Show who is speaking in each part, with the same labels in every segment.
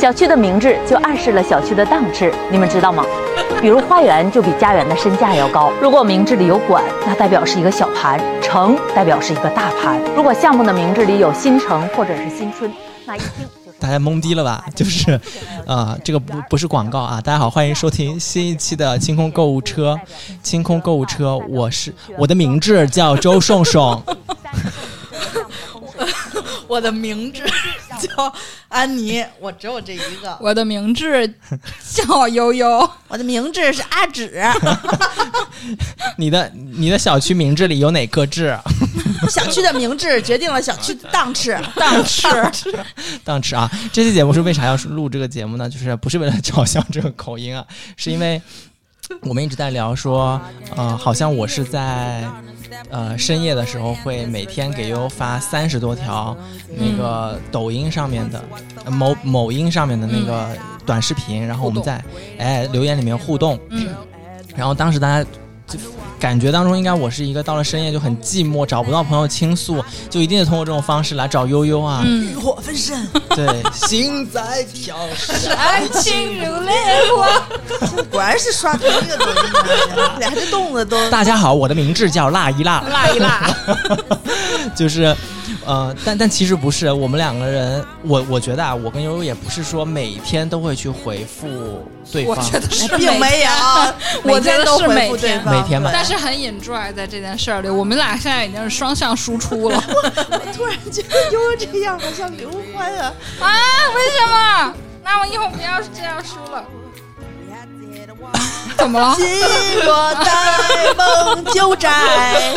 Speaker 1: 小区的名字就暗示了小区的档次，你们知道吗？比如花园就比家园的身价要高。如果名字里有“馆”，那代表是一个小盘；“城”代表是一个大盘。如果项目的名字里有“新城”或者是“新春”，那一听就是
Speaker 2: 大家懵逼了吧？就是，啊、这个不不是广告啊！大家好，欢迎收听新一期的清空购物车。清空购物车，我是我的名字 叫 周颂颂，
Speaker 3: 我的名字 叫安妮，我只有这一个。
Speaker 4: 我的名字叫悠悠，
Speaker 3: 我的名字是阿芷，
Speaker 2: 你的你的小区名字里有哪个字？啊
Speaker 3: 小区的名字决定了小区的档 次，档次。
Speaker 2: 当吃啊！这期节目是为啥要录这个节目呢？就是不是为了嘲笑这个口音啊， 是因为我们一直在聊说，呃，好像我是在呃深夜的时候会每天给悠悠发三十多条那个抖音上面的、呃某某音上面的那个短视频，然后我们在哎留言里面互动，
Speaker 4: 嗯，
Speaker 2: 然后当时大家就感觉当中，应该我是一个到了深夜就很寂寞，找不到朋友倾诉，就一定得通过这种方式来找悠悠啊。
Speaker 3: 欲火焚身，
Speaker 2: 对，心在跳
Speaker 4: 是爱情如烈火。
Speaker 3: 果然是刷同一个抖音的，俩这动作 都
Speaker 2: 大家好，我的名字叫辣一辣，辣一辣， 就是，呃，但但其实不是，我们两个人，我我觉得啊，我跟悠悠也不是说每天都会去回复对
Speaker 4: 我
Speaker 2: 方，
Speaker 4: 觉得是
Speaker 3: 哎并
Speaker 4: 每
Speaker 3: 没有
Speaker 4: 天，
Speaker 3: 每
Speaker 4: 我觉
Speaker 3: 天
Speaker 4: 得
Speaker 3: 都
Speaker 4: 是
Speaker 3: 回复
Speaker 4: 每
Speaker 3: 对
Speaker 4: 天
Speaker 3: 方，
Speaker 2: 每天吧
Speaker 4: 但是很 enjoy 在这件事儿里，我们俩现在已经是双向输出 了
Speaker 3: 我突然觉得悠悠这样好像刘欢 啊，
Speaker 4: 啊！为什么？那我以后不要是这样输了。怎 么了？
Speaker 3: 心若在，梦就在。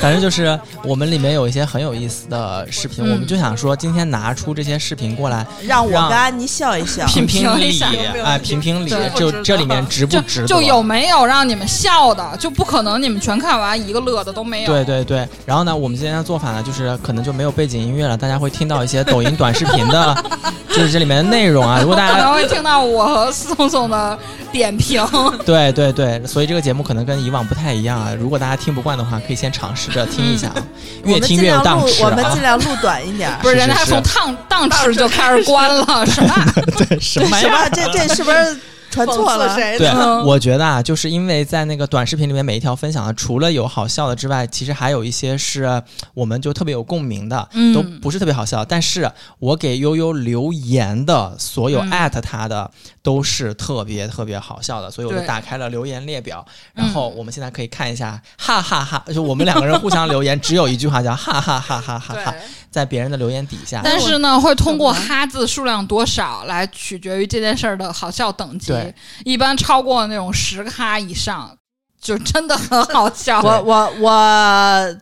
Speaker 2: 反正就是我们里面有一些很有意思的视频，
Speaker 4: 嗯
Speaker 2: 我们就想说今天拿出这些视频过来，
Speaker 3: 让我
Speaker 2: 让
Speaker 3: 跟安妮笑一笑。
Speaker 2: 评
Speaker 4: 评一
Speaker 2: 理
Speaker 4: 下，
Speaker 2: 哎，评评理
Speaker 4: 对，
Speaker 2: 就
Speaker 4: 我知道
Speaker 2: 这里面值不
Speaker 4: 就
Speaker 2: 值得
Speaker 4: 就有没有让你们笑的？就不可能你们全看完一个乐的都没有。
Speaker 2: 对对对，然后呢，我们今天的做法呢，就是可能就没有背景音乐了，大家会听到一些抖音短视频的， 就是这里面的内容啊。如果大
Speaker 4: 可
Speaker 2: 家
Speaker 4: 能会听到我和宋宋的点评。
Speaker 2: 对对对，所以这个节目可能跟以往不太一样啊。如果大家听不惯的话，可以先尝试着听一下啊，越
Speaker 3: 嗯我们
Speaker 2: 听
Speaker 3: 尽
Speaker 2: 越有
Speaker 3: 量
Speaker 2: 档
Speaker 3: 录，
Speaker 2: 次
Speaker 3: 我们尽
Speaker 2: 啊。
Speaker 3: 量录短一点。
Speaker 4: 不是，
Speaker 2: 是
Speaker 4: 人家
Speaker 2: 是
Speaker 4: 从档档次就开始关了，什么？
Speaker 2: 对， 什么
Speaker 3: 什
Speaker 2: 呀？
Speaker 3: 么？这这是不是传错 了？
Speaker 2: 对，
Speaker 4: 嗯
Speaker 2: 我觉得啊，就是因为在那个短视频里面，每一条分享的，除了有好笑的之外，其实还有一些是呃我们就特别有共鸣的，
Speaker 4: 嗯
Speaker 2: 都不是特别好笑。但是我给悠悠留言的所有
Speaker 4: 嗯
Speaker 2: 艾特他的，都是特别特别好笑的，所以我就
Speaker 4: 对
Speaker 2: 打开了留言列表，然后我们现在可以看一下，哈哈哈就我们两个人互相留言，只有一句话叫哈哈哈哈哈哈，在别人的留言底
Speaker 3: 啊
Speaker 2: 下。
Speaker 4: 但是呢，会通过哈字数量多少来取决于这件事儿的好笑等级
Speaker 2: 对。
Speaker 4: 一般超过那种十个哈以上，就真的很好笑。
Speaker 3: 我我我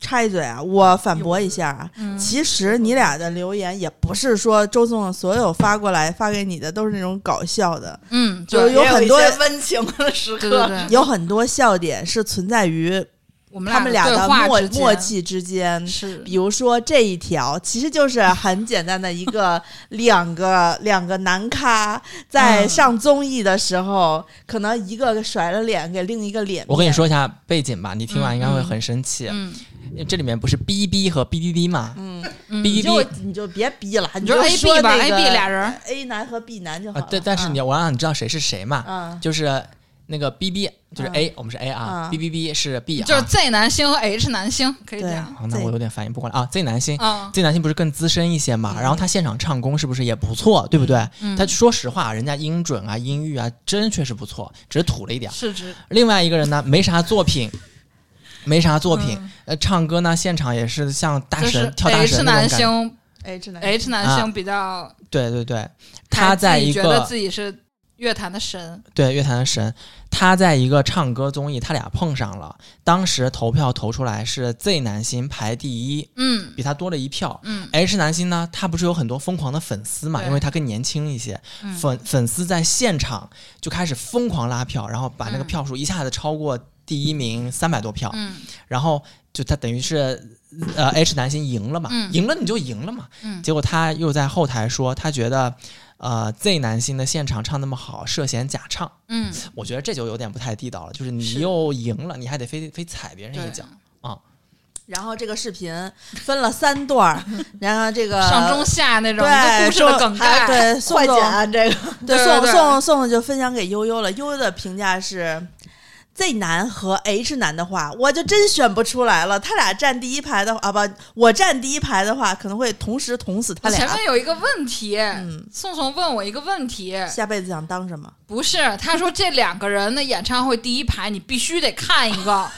Speaker 3: 插一嘴啊，我反驳一下啊。
Speaker 4: 嗯
Speaker 3: 其实你俩的留言也不是说周总所有发过来发给你的都是那种搞笑的，
Speaker 4: 嗯，
Speaker 3: 就
Speaker 4: 对
Speaker 3: 有很多
Speaker 5: 温情的时
Speaker 4: 对对，对，
Speaker 3: 有很多笑点是存在于
Speaker 4: 我们
Speaker 3: 他们俩
Speaker 4: 对
Speaker 3: 的
Speaker 4: 话
Speaker 3: 默
Speaker 4: 之间
Speaker 3: 默契之间。
Speaker 4: 是
Speaker 3: 比如说这一条，其实就是很简单的一 个两个两个男咖在
Speaker 4: 嗯
Speaker 3: 上综艺的时候，可能一个甩了脸给另一个脸。
Speaker 2: 我跟你，说一下背景吧，你听完应该会很生气。
Speaker 4: 嗯，
Speaker 2: 这里面不是 B B 和 B D D 嘛？
Speaker 3: 嗯，
Speaker 4: 嗯
Speaker 2: 哔
Speaker 3: 你
Speaker 2: 哔
Speaker 3: 就你就别逼了，
Speaker 4: 你
Speaker 3: 就
Speaker 4: 说 A
Speaker 3: 说
Speaker 4: B 吧
Speaker 3: 那
Speaker 4: ，A
Speaker 3: 个
Speaker 4: B 俩人，
Speaker 3: A 男和 B 男就好
Speaker 2: 啊
Speaker 3: 了。，
Speaker 2: 对，但是你要我让你知道谁是谁嘛，
Speaker 3: 啊
Speaker 2: 就是那个 B B 就是
Speaker 3: 嗯
Speaker 2: A，、我们是 A 啊、
Speaker 3: 嗯
Speaker 2: b B B 是 B 啊，
Speaker 4: 就是 Z 男星和 H 男星，可以这
Speaker 3: 对
Speaker 4: 样。
Speaker 2: 好，那
Speaker 3: Z
Speaker 2: 我有点反应不过来啊。Z 男星、
Speaker 4: 嗯，
Speaker 2: z 男星不是更资深一些嘛，然后他现场唱功是不是也不错，对不对？
Speaker 4: 嗯
Speaker 2: 他说实话，人家音准啊、音域啊，真确实不错，只是土了一点儿。
Speaker 4: 是指
Speaker 2: 另外一个人呢，没啥作品。没啥作品，呃，唱歌呢，现场也是像大
Speaker 4: 嗯就
Speaker 2: 神、
Speaker 4: 是
Speaker 2: 跳大
Speaker 4: H
Speaker 2: 神那种
Speaker 4: 男
Speaker 2: 感觉。
Speaker 4: 星
Speaker 3: H 男
Speaker 4: H 男
Speaker 3: 啊
Speaker 4: 星比较，
Speaker 2: 对对对，他在
Speaker 4: 自己
Speaker 2: 一
Speaker 4: 觉得
Speaker 2: 个
Speaker 4: 自己是乐坛的神，
Speaker 2: 对乐坛的神，他在一个唱歌综艺，他俩碰上了。当时投票投出来是 Z 男星排第一，
Speaker 4: 嗯
Speaker 2: 比他多了一票。
Speaker 4: 嗯
Speaker 2: H 男星呢，他不是有很多疯狂的粉丝嘛，
Speaker 4: 对
Speaker 2: 因为他更年轻一些，
Speaker 4: 嗯
Speaker 2: 粉粉丝在现场就开始疯狂拉票，然后把那个票数一下子超过第一名三百多票，
Speaker 4: 嗯
Speaker 2: 然后就他等于是呃 H 男星赢了嘛，
Speaker 4: 嗯
Speaker 2: 赢了你就赢了嘛，
Speaker 4: 嗯
Speaker 2: 结果他又在后台说他觉得。呃，Z 男星的现场唱那么好，涉嫌假唱，
Speaker 4: 嗯，
Speaker 2: 我觉得这就有点不太地道了。就是你
Speaker 4: 是
Speaker 2: 又赢了，你还得非非踩别人
Speaker 4: 对
Speaker 2: 一脚，啊。
Speaker 3: 然后这个视频分了三段 儿，然后这个
Speaker 4: 上中下那种一个
Speaker 3: 呃对
Speaker 4: 故事的
Speaker 3: 宋
Speaker 4: 梗
Speaker 3: 还
Speaker 4: 概，
Speaker 3: 对宋
Speaker 5: 快
Speaker 3: 总
Speaker 5: 剪这个，
Speaker 3: 对
Speaker 4: 对
Speaker 3: 宋
Speaker 4: 对
Speaker 3: 宋宋就分享给悠悠了，悠悠的评价是。Z 男和 H 男的话，我就真选不出来了。他俩站第一排的话啊，不，我站第一排的话，可能会同时捅死他
Speaker 4: 我前
Speaker 3: 俩。
Speaker 4: 面有一个问题，
Speaker 3: 嗯
Speaker 4: 宋宋问我一个问题，
Speaker 3: 下辈子想当什么？
Speaker 4: 不是他说这两个人的演唱会第一排你必须得看一 个，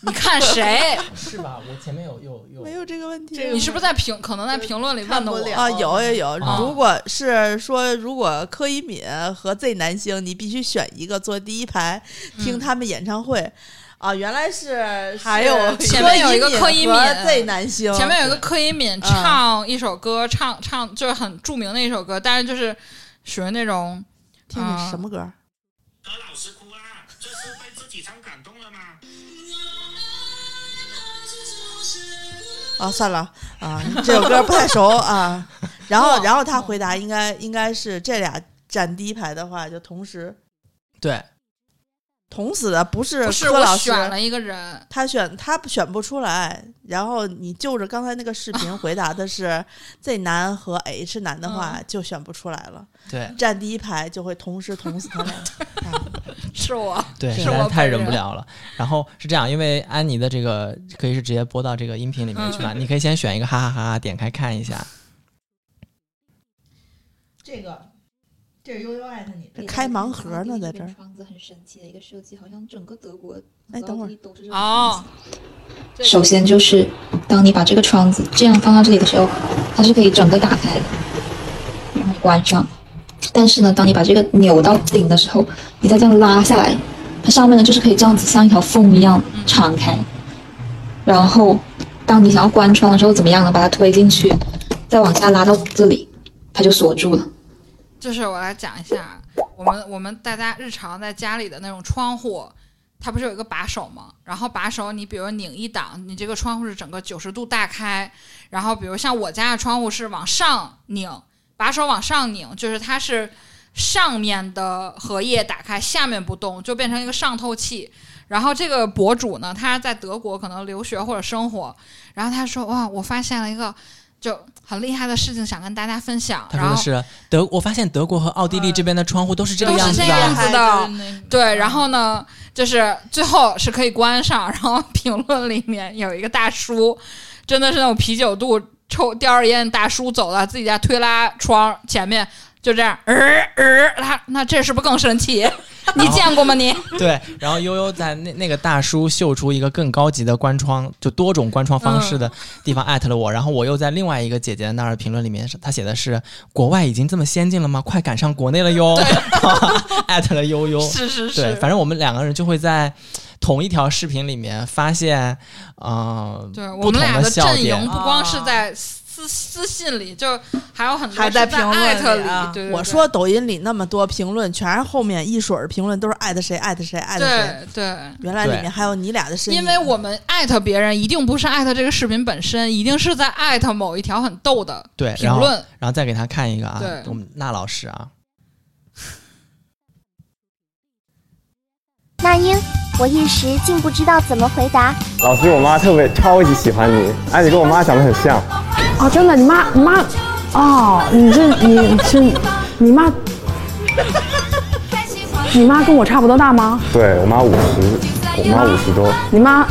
Speaker 4: 你看谁？
Speaker 2: 是吧？我前面有有有
Speaker 3: 没有 这个问题。
Speaker 4: 你是不是在评可能在评论里问的
Speaker 5: 看不
Speaker 4: 我？
Speaker 5: 了
Speaker 3: 啊，有有有。
Speaker 2: 啊
Speaker 3: 如果是说，如果柯以敏和 Z 男星，你必须选一个坐第一排听他们演唱会。啊，原来是
Speaker 5: 还有
Speaker 3: 是
Speaker 4: 前面有一个柯以敏
Speaker 3: 和 Z 男星，
Speaker 4: 前面有一个柯以敏
Speaker 3: 嗯
Speaker 4: 唱一首歌，唱唱就是很著名的一首歌，但是就是属于那种
Speaker 3: 听
Speaker 4: 啊
Speaker 3: 听什么歌？
Speaker 6: 何老师哭啦，这是被自己唱感动了吗？
Speaker 3: 啊，算了啊， 这首歌不太熟啊。然后，然后他回答应该应该是这俩站第一排的话，就同时
Speaker 2: 对
Speaker 3: 捅死的不是
Speaker 4: 不是
Speaker 3: 柯老
Speaker 4: 我
Speaker 3: 师，
Speaker 4: 选了一个人，
Speaker 3: 他选他选不出来。然后你就着刚才那个视频回答的 是 Z 男和 H 男的话，
Speaker 4: 嗯
Speaker 3: 就选不出来了。
Speaker 2: 对
Speaker 3: 站第一排就会同时捅死他 俩。啊
Speaker 4: 是我。
Speaker 2: 对，
Speaker 4: 是
Speaker 2: 实在
Speaker 4: 我
Speaker 2: 是太
Speaker 4: 本
Speaker 2: 忍不
Speaker 4: 人
Speaker 2: 了了。然后是这样，因为安妮的这个可以是直接播到这个音频里面
Speaker 4: 嗯
Speaker 2: 去嘛，你可以先选一个哈哈哈哈，点开看一下。
Speaker 3: 这个
Speaker 5: 这是悠悠艾特你
Speaker 3: 这 开盲盒呢在这儿
Speaker 7: 窗子很神奇的一个设计，好像整个德国
Speaker 3: 哎等会儿
Speaker 7: 和奥地利都是这种
Speaker 4: 哦，
Speaker 7: 东西。首先就是当你把这个窗子这样放到这里的时候，它是可以整个打开的，然后关上。但是呢，当你把这个扭到顶的时候，你再这样拉下来，它上面呢就是可以这样子像一条缝一样敞开。然后，当你想要关窗的时候，怎么样呢？把它推进去，再往下拉到这里，它就锁住了。
Speaker 4: 就是我来讲一下，我们我们大家日常在家里的那种窗户，它不是有一个把手吗？然后把手你比如拧一档，你这个窗户是整个九十度大开，然后比如像我家的窗户是往上拧，把手往上拧，就是它是上面的荷叶打开，下面不动，就变成一个上透气。然后这个博主呢，他在德国可能留学或者生活，然后他说哇，我发现了一个就很厉害的事情，想跟大家分享。
Speaker 2: 他
Speaker 4: 然
Speaker 2: 说
Speaker 4: 后嗯
Speaker 2: 的是德，我发现德国和奥地利这边的窗户都是这个
Speaker 4: 都是
Speaker 2: 样子
Speaker 4: 这
Speaker 2: 的。
Speaker 4: 个样子的
Speaker 5: 就是那个
Speaker 4: 对，然后呢，就是最后是可以关上，然后评论里面有一个大叔，真的是那种啤酒肚、抽叼着烟的大叔走到自己家推拉窗前面，就这样，呃呃，他那这是不是更神 奇？你见过吗你？
Speaker 2: 对，然后悠悠在那那个大叔秀出一个更高级的关窗，就多种关窗方式
Speaker 4: 嗯
Speaker 2: 的地方艾特了我，然后我又在另外一个姐姐那儿的评论里面，她写的是国外已经这么先进了吗？快赶上国内了哟， 艾特了悠悠。
Speaker 4: 是 是
Speaker 2: 对，
Speaker 4: 是，
Speaker 2: 反正我们两个人就会在同一条视频里面发现，嗯、
Speaker 4: 对我
Speaker 2: 不同
Speaker 4: 们俩
Speaker 2: 的
Speaker 4: 的
Speaker 2: 笑
Speaker 4: 阵营
Speaker 2: 点。
Speaker 4: 不光是在私私信里，就还有很多
Speaker 5: 还
Speaker 4: 是
Speaker 5: 在
Speaker 4: 在
Speaker 5: 评论
Speaker 4: 艾特
Speaker 5: 里啊
Speaker 4: 对对对
Speaker 3: 我说抖音里那么多评论，全是后面一水儿评论，都是艾特谁艾特谁艾特谁。
Speaker 4: 对对。
Speaker 3: 原来里面还有你俩的身影，
Speaker 4: 因为我们艾特别人，一定不是艾特这个视频本身，一定是在艾特某一条很 逗的
Speaker 2: 对，
Speaker 4: 评
Speaker 2: 然后
Speaker 4: 论。
Speaker 2: 然后再给他看一个啊
Speaker 4: 对，
Speaker 2: 我们那老师啊，
Speaker 8: 那英，我一时竟不知道怎么回答。
Speaker 9: 老师，我妈特别超级喜欢你，哎，你跟我妈长得很像。
Speaker 10: 哦，真的，你妈你妈，哦，你这你是你妈，你妈跟我差不多大吗？
Speaker 9: 对我妈五十，我妈五十多。
Speaker 10: 你妈，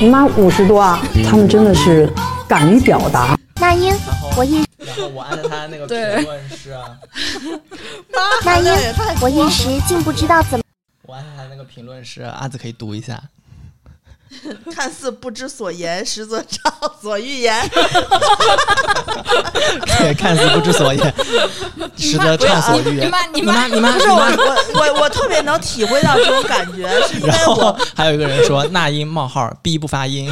Speaker 10: 你妈五十多啊？他们真的是敢于表达。
Speaker 8: 那英，我一
Speaker 2: 然后我按照他那个
Speaker 4: 对评
Speaker 2: 论啊是、
Speaker 8: 那英，我一时竟不知道怎么。
Speaker 2: 我按他那个评论是阿紫可以读一下，
Speaker 3: 看似不知所言，实则畅所欲 言。
Speaker 2: 对，看似不知 所以，实则畅所欲
Speaker 4: 你
Speaker 2: 言。
Speaker 4: 妈，你
Speaker 2: 你妈，
Speaker 4: 妈，
Speaker 2: 你 妈，
Speaker 3: 不
Speaker 2: 你
Speaker 3: 是我，
Speaker 2: 妈。
Speaker 3: 我我我特别能体会到这种感觉，是因
Speaker 2: 然
Speaker 3: 为
Speaker 2: 后
Speaker 3: 我
Speaker 2: 还有一个人说 那英冒号 B 不发音，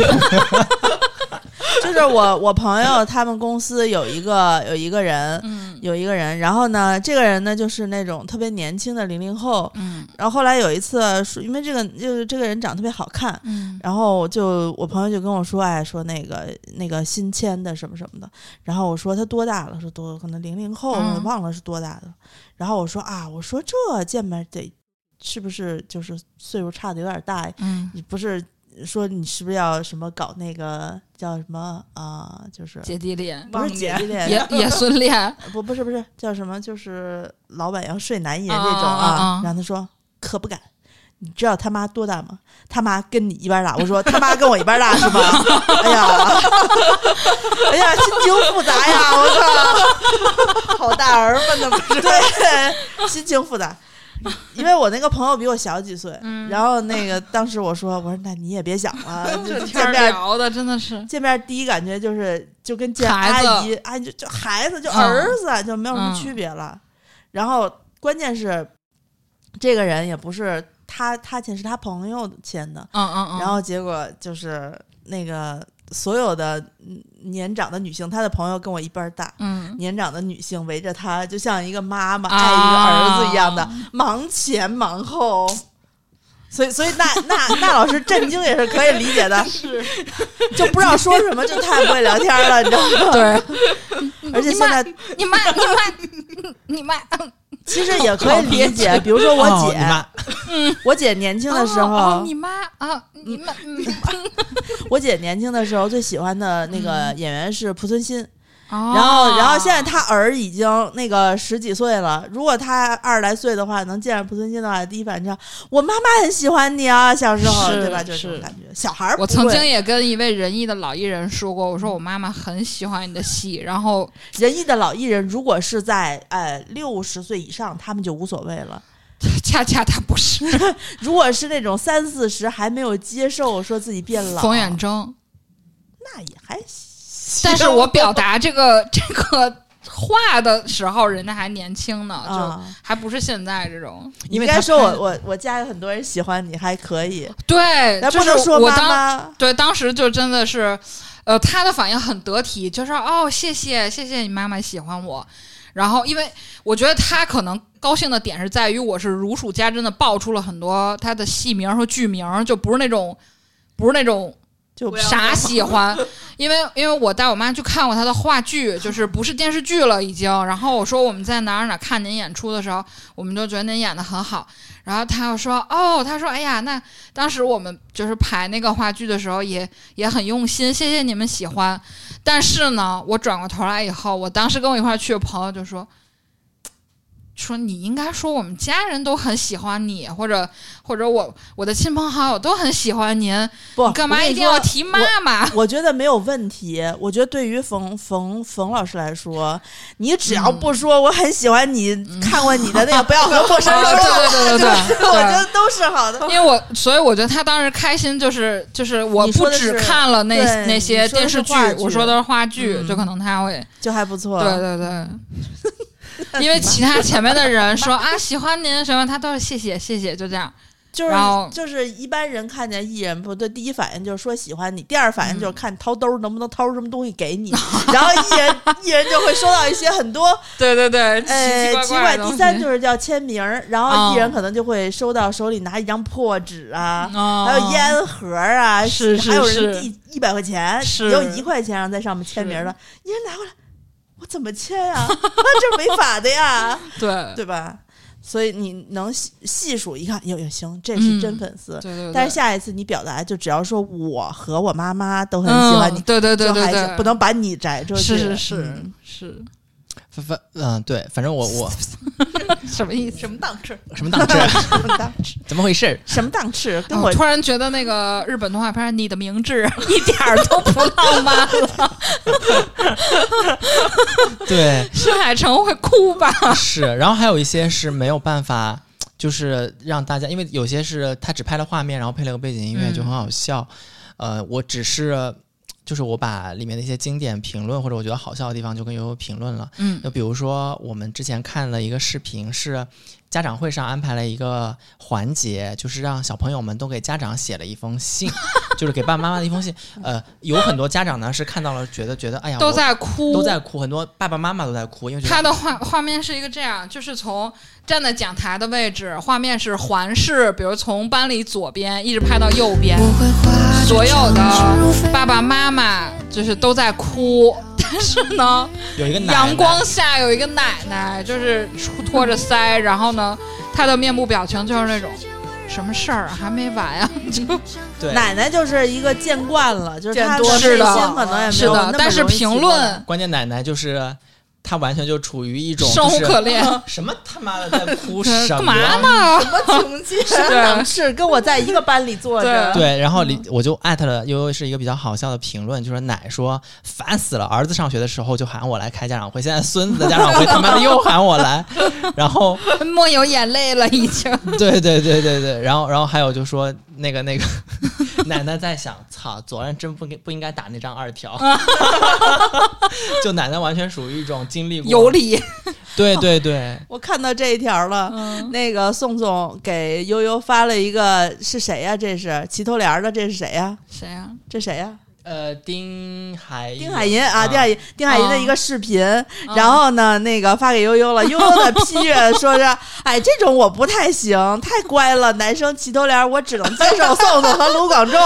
Speaker 3: 就是我 我朋友他们公司有一个有一个人。
Speaker 4: 嗯
Speaker 3: 有一个人，然后呢，这个人呢就是那种特别年轻的零零后，
Speaker 4: 嗯
Speaker 3: 然后后来有一次说，因为这个就是这个人长得特别好看，
Speaker 4: 嗯，
Speaker 3: 然后就我朋友就跟我说，哎，说那个那个新签的什么什么的，然后我说他多大了？说多可能零零后，
Speaker 4: 嗯
Speaker 3: 我忘了是多大的。然后我说啊，我说这见面得是不是就是岁数差的有点大？
Speaker 4: 嗯
Speaker 3: 你不是说你是不是要什么搞那个叫什么啊、就是
Speaker 4: 姐弟恋，
Speaker 3: 不是姐弟恋，
Speaker 4: 爷 爷孙 恋，
Speaker 3: 不不是不是叫什么，就是老板要睡男艺人
Speaker 4: 啊
Speaker 3: 这种啊。
Speaker 4: 啊啊
Speaker 3: 然后他说可不敢，你知道他妈多大吗？他妈跟你一边大。我说他妈跟我一边大是吗？ 哎呀，哎呀，心情复杂呀！我靠，好大儿子呢不是？对，心情复杂。因为我那个朋友比我小几岁，
Speaker 4: 嗯
Speaker 3: 然后那个当时我说，我说那你也别想了，就
Speaker 4: 这天
Speaker 3: 见
Speaker 4: 儿
Speaker 3: 面
Speaker 4: 聊的真的是
Speaker 3: 见面第一感觉就是就跟见阿
Speaker 4: 孩子
Speaker 3: 姨，哎，就就孩子，就
Speaker 4: 嗯
Speaker 3: 儿子，就没有什么
Speaker 4: 嗯
Speaker 3: 区别了。然后关键是，这个人也不是他他签，是他朋友签的。
Speaker 4: 嗯嗯嗯，
Speaker 3: 然后结果就是那个所有的嗯年长的女性，她的朋友跟我一半儿大，
Speaker 4: 嗯
Speaker 3: 年长的女性围着她，就像一个妈妈
Speaker 4: 啊
Speaker 3: 爱一个儿子一样的，忙前忙后。所以，所以那那那老师震惊也是可以理解 的，是就不知道说什么，就太不会聊天了，你知道吗？
Speaker 4: 对，
Speaker 3: 而且现在
Speaker 4: 你妈你妈你妈，嗯
Speaker 3: 其实也可以理解，比如说我
Speaker 2: 哦
Speaker 3: 姐，
Speaker 2: 你妈
Speaker 3: 我姐年轻的时候，
Speaker 4: 哦哦你妈啊你妈嗯
Speaker 3: 我姐年轻的时候最喜欢的那
Speaker 4: 嗯
Speaker 3: 个演员是濮存昕，
Speaker 4: 哦
Speaker 3: 然后，然后现在他儿已经那个十几岁了。如果他二十来岁的话，能见着濮存昕的话，第一反应就是我妈妈很喜欢你啊，小时候，
Speaker 4: 是
Speaker 3: 对吧？就是这种
Speaker 4: 是
Speaker 3: 感觉。小孩儿不
Speaker 4: 我曾
Speaker 3: 会
Speaker 4: 经也跟一位仁义的老艺人说过，我说我妈妈很喜欢你的戏，然后
Speaker 3: 仁义的老艺人，如果是在呃六十岁以上，他们就无所谓了。
Speaker 4: 恰恰她不是
Speaker 3: 如果是那种三四十还没有接受说自己变老，
Speaker 4: 冯远征，
Speaker 3: 那也还行。
Speaker 4: 但是我表达这个这个话的时候，人家还年轻呢，就
Speaker 3: 啊，
Speaker 4: 还不是现在这种。
Speaker 3: 你
Speaker 2: 因为
Speaker 3: 应该
Speaker 2: 他
Speaker 3: 说
Speaker 2: 看
Speaker 3: 我我我家有很多人喜欢你，还可以，
Speaker 4: 对，
Speaker 3: 但
Speaker 4: 呃就
Speaker 3: 不能
Speaker 4: 是
Speaker 3: 说
Speaker 4: 我
Speaker 3: 妈
Speaker 4: 当
Speaker 3: 妈。
Speaker 4: 对当时就真的是，呃，他的反应很得体，就是哦，谢谢谢谢你妈妈喜欢我。然后，因为我觉得他可能高兴的点是在于我是如数家珍的报出了很多他的戏名和剧名，就不是那种不是那种
Speaker 3: 就
Speaker 4: 傻喜欢，因为因为我带我妈去看过她的话剧，就是不是电视剧了已经。然后我说我们在哪儿哪儿看您演出的时候，我们就觉得您演的很好。然后她又说哦，她说哎呀，那当时我们就是排那个话剧的时候也也很用心，谢谢你们喜欢。但是呢，我转过头来以后，我当时跟我一块儿去的朋友就说。说你应该说我们家人都很喜欢你，或者或者我我的亲朋好友都很喜欢您，
Speaker 3: 不
Speaker 4: 你干嘛
Speaker 3: 我跟
Speaker 4: 一
Speaker 3: 你
Speaker 4: 定要
Speaker 3: 说
Speaker 4: 提妈妈？
Speaker 3: 我觉得没有问题。我觉得对于冯冯冯老师来说，你只要不说我很喜欢你，看过你的那个，不要和陌生人
Speaker 4: 啊
Speaker 3: 说。
Speaker 4: 嗯对对对对对，
Speaker 3: 我觉得都是好的。
Speaker 4: 因为我，所以我觉得他当时开心，就是就是我
Speaker 3: 你
Speaker 4: 不
Speaker 3: 说的
Speaker 4: 只
Speaker 3: 是
Speaker 4: 看了那
Speaker 3: 对
Speaker 4: 那些
Speaker 3: 你说的
Speaker 4: 电
Speaker 3: 是
Speaker 4: 视剧
Speaker 3: 话，剧
Speaker 4: 我说的是话剧，
Speaker 2: 嗯
Speaker 4: 就可能他会，
Speaker 3: 就还不错。
Speaker 4: 对对对， 因为其他前面的人说 啊喜欢您什么，他都是谢谢谢谢，就这 样。
Speaker 3: 就是
Speaker 4: 然后
Speaker 3: 就是一般人看见艺人，不对，第一反应就是说喜欢你，第二反应
Speaker 4: 嗯
Speaker 3: 就是看掏兜能不能掏出什么东西给你，然后艺人艺人就会收到一些很多
Speaker 4: 对对对，奇
Speaker 3: 呃奇
Speaker 4: 奇怪
Speaker 3: 怪。
Speaker 4: 的
Speaker 3: 第
Speaker 4: 东
Speaker 3: 三
Speaker 4: 西
Speaker 3: 就是叫签名儿，然后艺
Speaker 4: 嗯
Speaker 3: 人可能就会收到手里拿一张破纸啊，
Speaker 4: 哦
Speaker 3: 还有烟盒啊，
Speaker 4: 是是
Speaker 3: 还有人
Speaker 4: 是
Speaker 3: 递一百块钱，
Speaker 4: 是
Speaker 3: 只有一块钱让在上面签名的，你人拿过来，我怎么签呀、 那这没法的呀，
Speaker 4: 对
Speaker 3: 对吧？所以你能细细数一看，哟哟，行，这是真
Speaker 4: 嗯
Speaker 3: 粉丝。
Speaker 4: 对对，
Speaker 3: 但是
Speaker 4: 对
Speaker 3: 下一次你表达就只要说我和我妈妈都很喜欢你
Speaker 4: 嗯，对对对
Speaker 3: 就
Speaker 4: 对
Speaker 3: 还行
Speaker 4: 对，
Speaker 3: 不能把你摘出去。
Speaker 4: 是是是
Speaker 3: 嗯
Speaker 4: 是
Speaker 2: 反反嗯对，反正我我
Speaker 4: 什么意思？哦
Speaker 5: 什么档次？
Speaker 2: 什么档次，
Speaker 3: 什么档次？
Speaker 2: 啊怎么回事？
Speaker 3: 什么档次？跟
Speaker 4: 啊
Speaker 3: 我
Speaker 4: 突然觉得那个日本动画片《你的明 智》一点儿都不浪漫了，
Speaker 2: 对，
Speaker 4: 深海城会哭吧？
Speaker 2: 是，然后还有一些是没有办法，就是让大家，因为有些是他只拍了画面，然后配了个背景音乐，就很好笑。
Speaker 4: 嗯
Speaker 2: 呃，我只是就是我把里面的一些经典评论或者我觉得好笑的地方就跟悠悠评论了。
Speaker 4: 嗯
Speaker 2: 就比如说我们之前看了一个视频，是家长会上安排了一个环节，就是让小朋友们都给家长写了一封信， 就是给爸爸妈妈的一封信。呃，有很多家长呢是看到了，觉得觉得哎呀，
Speaker 4: 都
Speaker 2: 我
Speaker 4: 在哭，
Speaker 2: 都在哭，很多爸爸妈妈都在哭，因为觉得
Speaker 4: 他的画画面是一个这样，就是从站在讲台的位置，画面是环视，比如从班里左边一直拍到右边，所有的爸爸妈妈就是都在哭， 但是呢，
Speaker 2: 有一个奶奶
Speaker 4: 阳光下有一个奶奶，就是拖着腮，然后呢，她的面部表情就是那种什么事儿啊还没完啊？ 就
Speaker 2: 对
Speaker 3: 奶奶就是一个见惯了，就是她
Speaker 4: 见多
Speaker 3: 内
Speaker 4: 识
Speaker 3: 心
Speaker 4: 广
Speaker 3: 可能也没有
Speaker 4: 是的
Speaker 3: 那么
Speaker 4: 但是
Speaker 3: 容易习
Speaker 4: 评
Speaker 3: 惯
Speaker 4: 论
Speaker 2: 关键奶奶就是她完全就处于一种
Speaker 4: 生无
Speaker 2: 就是
Speaker 4: 可恋，
Speaker 2: 什么他妈的在哭什么
Speaker 4: 干嘛呢？
Speaker 3: 什么情 境？什么档次？跟我在一个班里坐着，
Speaker 2: 对，然后
Speaker 4: 嗯
Speaker 2: 李我就艾特了悠悠是一个比较好笑的评论，就说奶说烦死了，儿子上学的时候就喊我来开家长会，现在孙子的家长会他妈的又喊我来，然后
Speaker 4: 莫有眼泪了已经。
Speaker 2: 对对对对对，然后然后还有就说那个那个奶奶在想，操，昨天真不应不应该打那张二条，
Speaker 4: 啊
Speaker 2: 就奶奶完全属于一种经历过
Speaker 4: 有，理，
Speaker 2: 对对对，
Speaker 3: 我看到这一条了，那个宋总给悠悠发了一个是谁呀、这是齐头帘儿的，这是谁呀、
Speaker 4: 谁啊呀、
Speaker 3: 这谁呀、
Speaker 2: 呃，丁海
Speaker 3: 丁海寅啊，丁海寅，丁海寅的一个视频，
Speaker 4: 啊
Speaker 3: 然后呢，那个发给悠悠了， 悠悠的批阅说是，哎，这种我不太行，太乖了，男生齐头帘儿，我只能接受宋宋和卢广 仲。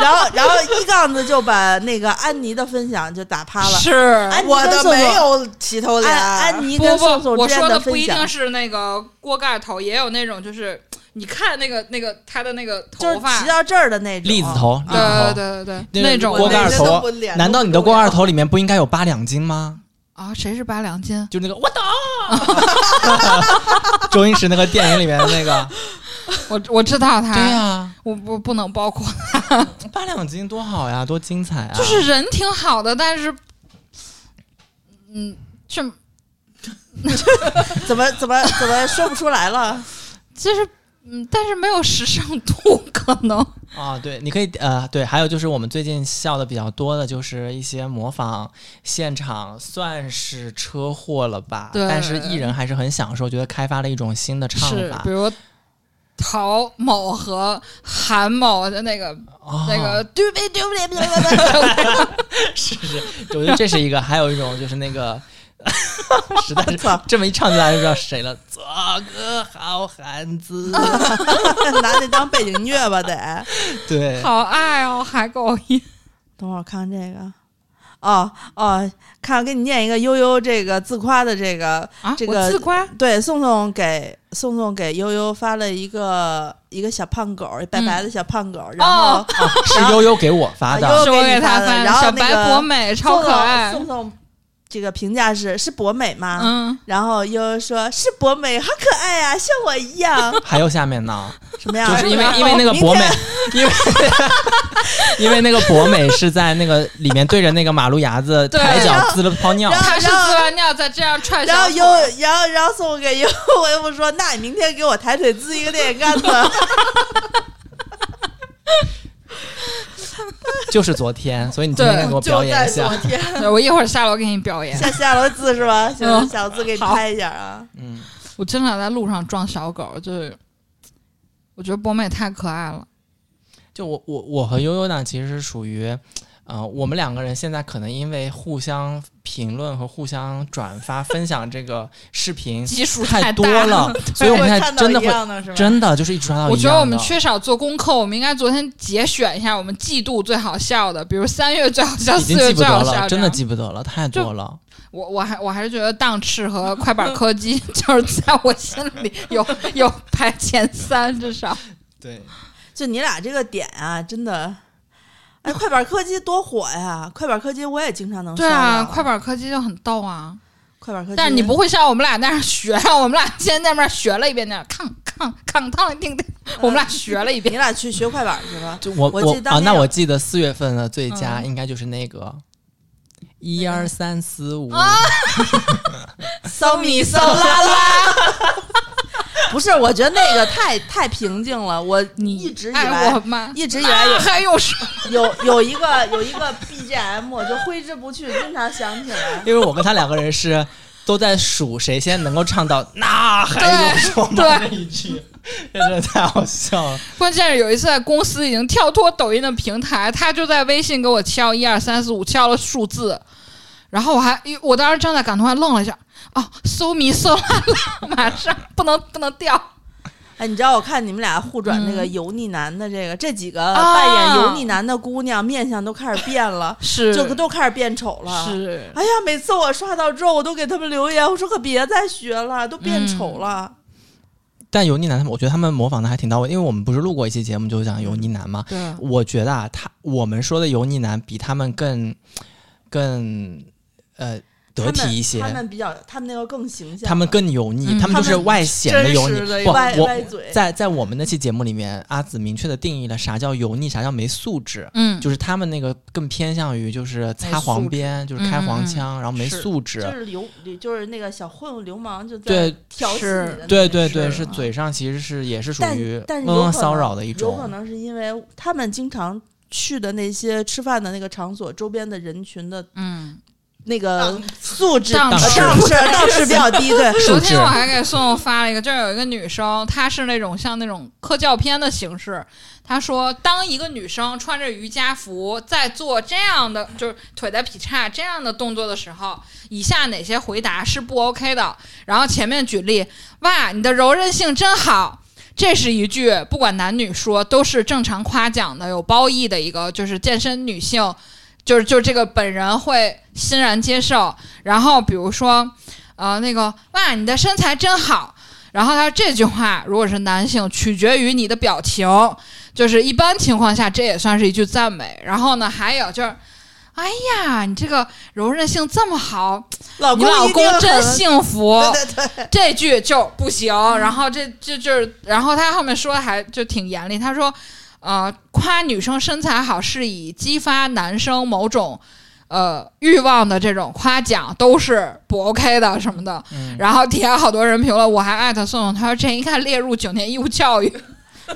Speaker 3: 然后，然后一杠子就把那个安妮的分享就打趴了。
Speaker 4: 是
Speaker 3: 安妮
Speaker 11: 我
Speaker 3: 跟
Speaker 11: 的
Speaker 3: 宋宋
Speaker 11: 没有齐头帘，
Speaker 3: 安安妮
Speaker 4: 不
Speaker 3: 跟宋
Speaker 4: 不，
Speaker 3: 宋
Speaker 4: 我
Speaker 3: 之间
Speaker 4: 说的不
Speaker 3: 分
Speaker 4: 一
Speaker 3: 享
Speaker 4: 定。是那个锅盖头，也有那种就是你看那个那个他的那个
Speaker 3: 就是
Speaker 4: 头发
Speaker 3: 齐，到这儿的那种
Speaker 2: 栗子，头，栗
Speaker 4: 对
Speaker 2: 子头。
Speaker 4: 对对
Speaker 2: 嗯那
Speaker 4: 对，
Speaker 2: 个
Speaker 4: 哦那种
Speaker 2: 锅盖
Speaker 11: 我那真的
Speaker 2: 头
Speaker 11: 不，脸
Speaker 2: 难道你的
Speaker 11: 都不
Speaker 2: 锅盖
Speaker 11: 了
Speaker 2: 头里面不应该有八两金吗？
Speaker 4: 啊？谁是八两金？
Speaker 2: 就那个我懂， 周星驰那个电影里面的那 个，
Speaker 4: 我我知道他，
Speaker 2: 对呀、啊
Speaker 4: 我我不能包括，
Speaker 2: 八两金多好呀，多精彩啊！
Speaker 4: 就是人挺好的，但是，嗯，这
Speaker 3: 怎么怎么怎么说不出来了？
Speaker 4: 其实嗯，但是没有时尚度，可能
Speaker 2: 啊，对，你可以呃，对，还有就是我们最近笑的比较多的就是一些模仿现场，算是车祸了吧？
Speaker 4: 对
Speaker 2: 但是艺人还是很享受，觉得开发了一种新的唱
Speaker 4: 是
Speaker 2: 法
Speaker 4: 比。如。陶某和韩某的那个、
Speaker 2: 哦
Speaker 4: 那个嘟呗嘟呗嘟呗，
Speaker 2: 是是，我觉得这是一个，还有一种就是那个，实在是这么一唱起来就知道是谁了。做个好汉子，
Speaker 3: 啊拿那当背景音乐吧，得。
Speaker 2: 对，
Speaker 4: 好爱哦，海狗音。
Speaker 3: 等会儿我看看这个。哦哦，看，给你念一个悠悠这个自夸的这个，
Speaker 4: 啊，
Speaker 3: 这
Speaker 4: 我
Speaker 3: 个
Speaker 4: 自夸，
Speaker 3: 对，宋宋给宋宋给悠悠发了一个一个小胖狗，白白的小胖狗，然后、
Speaker 4: 嗯 哦
Speaker 2: 是悠悠给我发的。
Speaker 3: 啊悠悠
Speaker 4: 是我给
Speaker 3: 给你发
Speaker 4: 他的
Speaker 3: 的然后
Speaker 4: 小
Speaker 3: 那
Speaker 4: 白
Speaker 3: 个
Speaker 4: 博美超可爱
Speaker 3: 宋，宋宋这个评价是是博美吗？
Speaker 4: 嗯，
Speaker 3: 然后悠悠说是博美，好可爱呀、像我一样
Speaker 2: 还有下面呢，
Speaker 3: 什么样
Speaker 2: 就
Speaker 3: 的？
Speaker 2: 是因为因为那个博美，因为因为那个博美是在那个里面对着那个马路牙子
Speaker 4: 对
Speaker 2: 抬脚滋了泡尿
Speaker 3: 然，后
Speaker 4: 他是自完尿再这样踹小
Speaker 3: 然后
Speaker 4: 腿
Speaker 3: 悠，然后然后送给悠，我又不说，那你明天给我抬腿滋一个电线杆子。
Speaker 2: 就是昨天，所以你今天
Speaker 4: 对
Speaker 2: 再给我表
Speaker 11: 就
Speaker 2: 演
Speaker 11: 在
Speaker 2: 一下
Speaker 11: 昨。天，
Speaker 4: 对我一会儿下楼给你表演。
Speaker 3: 下下楼字是吧？行，
Speaker 4: 嗯
Speaker 3: 小字给你
Speaker 4: 好
Speaker 3: 拍一下啊。
Speaker 2: 嗯，
Speaker 4: 我真的在路上撞小狗，就是我觉得博美太可爱了。
Speaker 2: 就我我我和悠悠呢，其实是属于。呃，我们两个人现在可能因为互相评论和互相转发、分享这个视 频
Speaker 4: 基数
Speaker 2: 太
Speaker 4: 太
Speaker 2: 多
Speaker 4: 大
Speaker 2: 了
Speaker 4: 了，
Speaker 2: 所以我们现
Speaker 11: 会
Speaker 2: 在
Speaker 11: 看到
Speaker 2: 真的
Speaker 11: 一
Speaker 2: 会
Speaker 11: 样的是吧？
Speaker 2: 真的就是一直传到
Speaker 4: 我
Speaker 2: 一
Speaker 4: 觉得
Speaker 2: 样
Speaker 4: 我们
Speaker 2: 的
Speaker 4: 缺少做功课，我们应该昨天节选一下我们季度最好笑的，比如三月最好笑，
Speaker 2: 已
Speaker 4: 四
Speaker 2: 经记
Speaker 4: 月
Speaker 2: 不
Speaker 4: 最
Speaker 2: 得
Speaker 4: 好笑。
Speaker 2: 了，真的
Speaker 4: 这样
Speaker 2: 记不得了，太多了。
Speaker 4: 我我还我还是觉得当翅和快板柯基 就是在我心里有有排前三至少。
Speaker 2: 对，
Speaker 3: 就你俩这个点啊，真的，哎，快板柯基多火呀！快板柯基我也经常能
Speaker 4: 对
Speaker 3: 刷
Speaker 4: 啊，
Speaker 3: 到
Speaker 4: 快板柯基就很逗啊。
Speaker 3: 快板柯基，
Speaker 4: 但是你不会像我们俩那样学啊，我们俩先在那边学了一遍那样，抗抗抗抗定定，我们俩学了一
Speaker 3: 你
Speaker 4: 遍。
Speaker 3: 俩去学快板去吧。
Speaker 2: 就我
Speaker 3: 我
Speaker 2: 我
Speaker 3: 记得
Speaker 2: 啊，
Speaker 3: 当
Speaker 2: 那
Speaker 3: 年
Speaker 2: 我记得四月份的最佳
Speaker 4: 嗯
Speaker 2: 应该就是那个一二三四五，
Speaker 11: 啊
Speaker 3: 骚米骚啦啦。 不是，我觉得那个太太平静了。我
Speaker 4: 你
Speaker 3: 一直以
Speaker 4: 爱我
Speaker 3: 来，
Speaker 4: 吗？
Speaker 3: 一直以来有
Speaker 4: 那还有什么？
Speaker 3: 有有一个有一个 BGM，我就挥之不去，经常想起来。
Speaker 2: 因为我跟他两个人是都在数谁先能够唱到那还有什么
Speaker 4: 对
Speaker 2: 那一句，这真的太好笑了。
Speaker 4: 关键是有一次在公司已经跳脱抖音的平台，他就在微信给我敲一二三四五，敲了数字，然后我还我当时正在感动，还愣了一下，哦，搜迷搜啦啦，马上不能不能掉。
Speaker 3: 哎，你知道我看你们俩互转那个油腻男的这个，这几个扮演油腻男的姑娘面相都开始变了，
Speaker 4: 是
Speaker 3: 就都开始变丑了。
Speaker 4: 是，
Speaker 3: 哎呀，每次我刷到之后，我都给他们留言，我说可别再学了，都变丑了。
Speaker 2: 但油腻男他们，我觉得他们模仿的还挺到位，因为我们不是录过一期节目就讲油腻男嘛。
Speaker 3: 嗯
Speaker 4: 对
Speaker 2: 我觉得啊，他我们说的油腻男比他们更更呃得
Speaker 3: 他们
Speaker 2: 体一些，
Speaker 3: 他们比较，他们那个更形象，
Speaker 2: 他们更油腻，
Speaker 4: 嗯
Speaker 2: 他们就是外显
Speaker 3: 真
Speaker 2: 油腻
Speaker 3: 实的。
Speaker 2: 不，
Speaker 3: 歪
Speaker 2: 我
Speaker 3: 歪嘴
Speaker 2: 在在我们那期节目里面，阿紫明确的定义了啥叫油腻，啥叫没素质。
Speaker 4: 嗯，
Speaker 2: 就是他们那个更偏向于就是擦黄边，就是开黄腔，然后没素
Speaker 3: 就
Speaker 2: 质。
Speaker 3: 嗯是流，就是那个小混混流氓就在
Speaker 2: 对
Speaker 3: 调戏
Speaker 4: 是
Speaker 3: 你的那
Speaker 2: 对
Speaker 3: 个
Speaker 2: 对
Speaker 3: 事
Speaker 2: 对，
Speaker 3: 儿
Speaker 2: 是
Speaker 3: 啊
Speaker 2: 嘴上其实是也是属
Speaker 3: 但
Speaker 2: 于
Speaker 3: 但
Speaker 2: 嗯
Speaker 3: 是有
Speaker 2: 嗯
Speaker 3: 可
Speaker 2: 骚
Speaker 3: 能
Speaker 2: 扰的一
Speaker 3: 有可
Speaker 2: 种。
Speaker 3: 能是因为他们经常去的那些吃饭的那个场所，周边的人群的
Speaker 4: 嗯。
Speaker 3: 那个素质、
Speaker 4: 档
Speaker 3: 呃
Speaker 2: 次
Speaker 3: 档次档次比较低， 对。
Speaker 2: 素
Speaker 4: 昨
Speaker 2: 质
Speaker 4: 天我还给宋宋发了一个，这儿有一个女生，她是那种像那种科教片的形式。她说，当一个女生穿着瑜伽服在做这样的，就是腿在劈叉这样的动作的时候，以下哪些回答是不 OK 的？然后前面举例，哇，你的柔韧性真好。这是一句不管男女说都是正常夸奖的，有褒义的一个，就是健身女性，就是就这个本人会欣然接受。然后比如说，呃，那个哇，你的身材真好。然后他这句话如果是男性，取决于你的表情，就是一般情况下这也算是一句赞美。然后呢，还有就是，哎呀，你这个柔韧性这么好，
Speaker 3: 老
Speaker 4: 你
Speaker 3: 公
Speaker 4: 老
Speaker 3: 哦一定
Speaker 4: 公真
Speaker 3: 很
Speaker 4: 幸福。
Speaker 3: 对对对，
Speaker 4: 这句就不行。
Speaker 3: 嗯
Speaker 4: 然后这这就是，然后他后面说的还就挺严厉，他说，呃，夸女生身材好是以激发男生某种。呃，欲望的这种夸奖都是不 OK 的什么的，
Speaker 2: 嗯
Speaker 4: 然后底下好多人评论，我还艾特宋宋，他说这应该列入九年义务教育。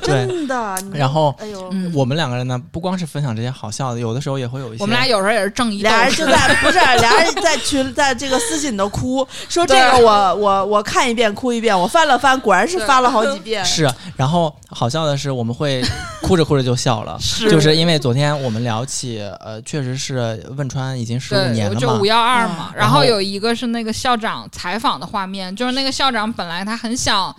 Speaker 2: 对，
Speaker 3: 真的。你
Speaker 2: 然后
Speaker 3: 哎呦，
Speaker 4: 嗯，
Speaker 2: 我们两个人呢，不光是分享这些好笑的，有的时候也会有一些。
Speaker 4: 我们俩有时候也是正义斗
Speaker 3: 俩人
Speaker 4: 士
Speaker 3: 就，在 不是俩人在群在这个私信都哭，说这个
Speaker 4: 对
Speaker 3: 我我我看一遍哭一遍，我翻了翻，果然是
Speaker 4: 对
Speaker 3: 翻了好几 遍。
Speaker 2: 是，然后好笑的是，我们会哭着哭着就笑 了，
Speaker 4: 是
Speaker 2: 就是因为昨天我们聊起，呃，确实是汶川已经十五
Speaker 4: 对，
Speaker 2: 年了
Speaker 4: 就
Speaker 2: 嘛
Speaker 4: 五，幺二嘛
Speaker 3: 嗯。
Speaker 2: 然
Speaker 4: 然
Speaker 2: 后
Speaker 4: 后有一个是那个校长采访的画面，就是那个校长本来他很想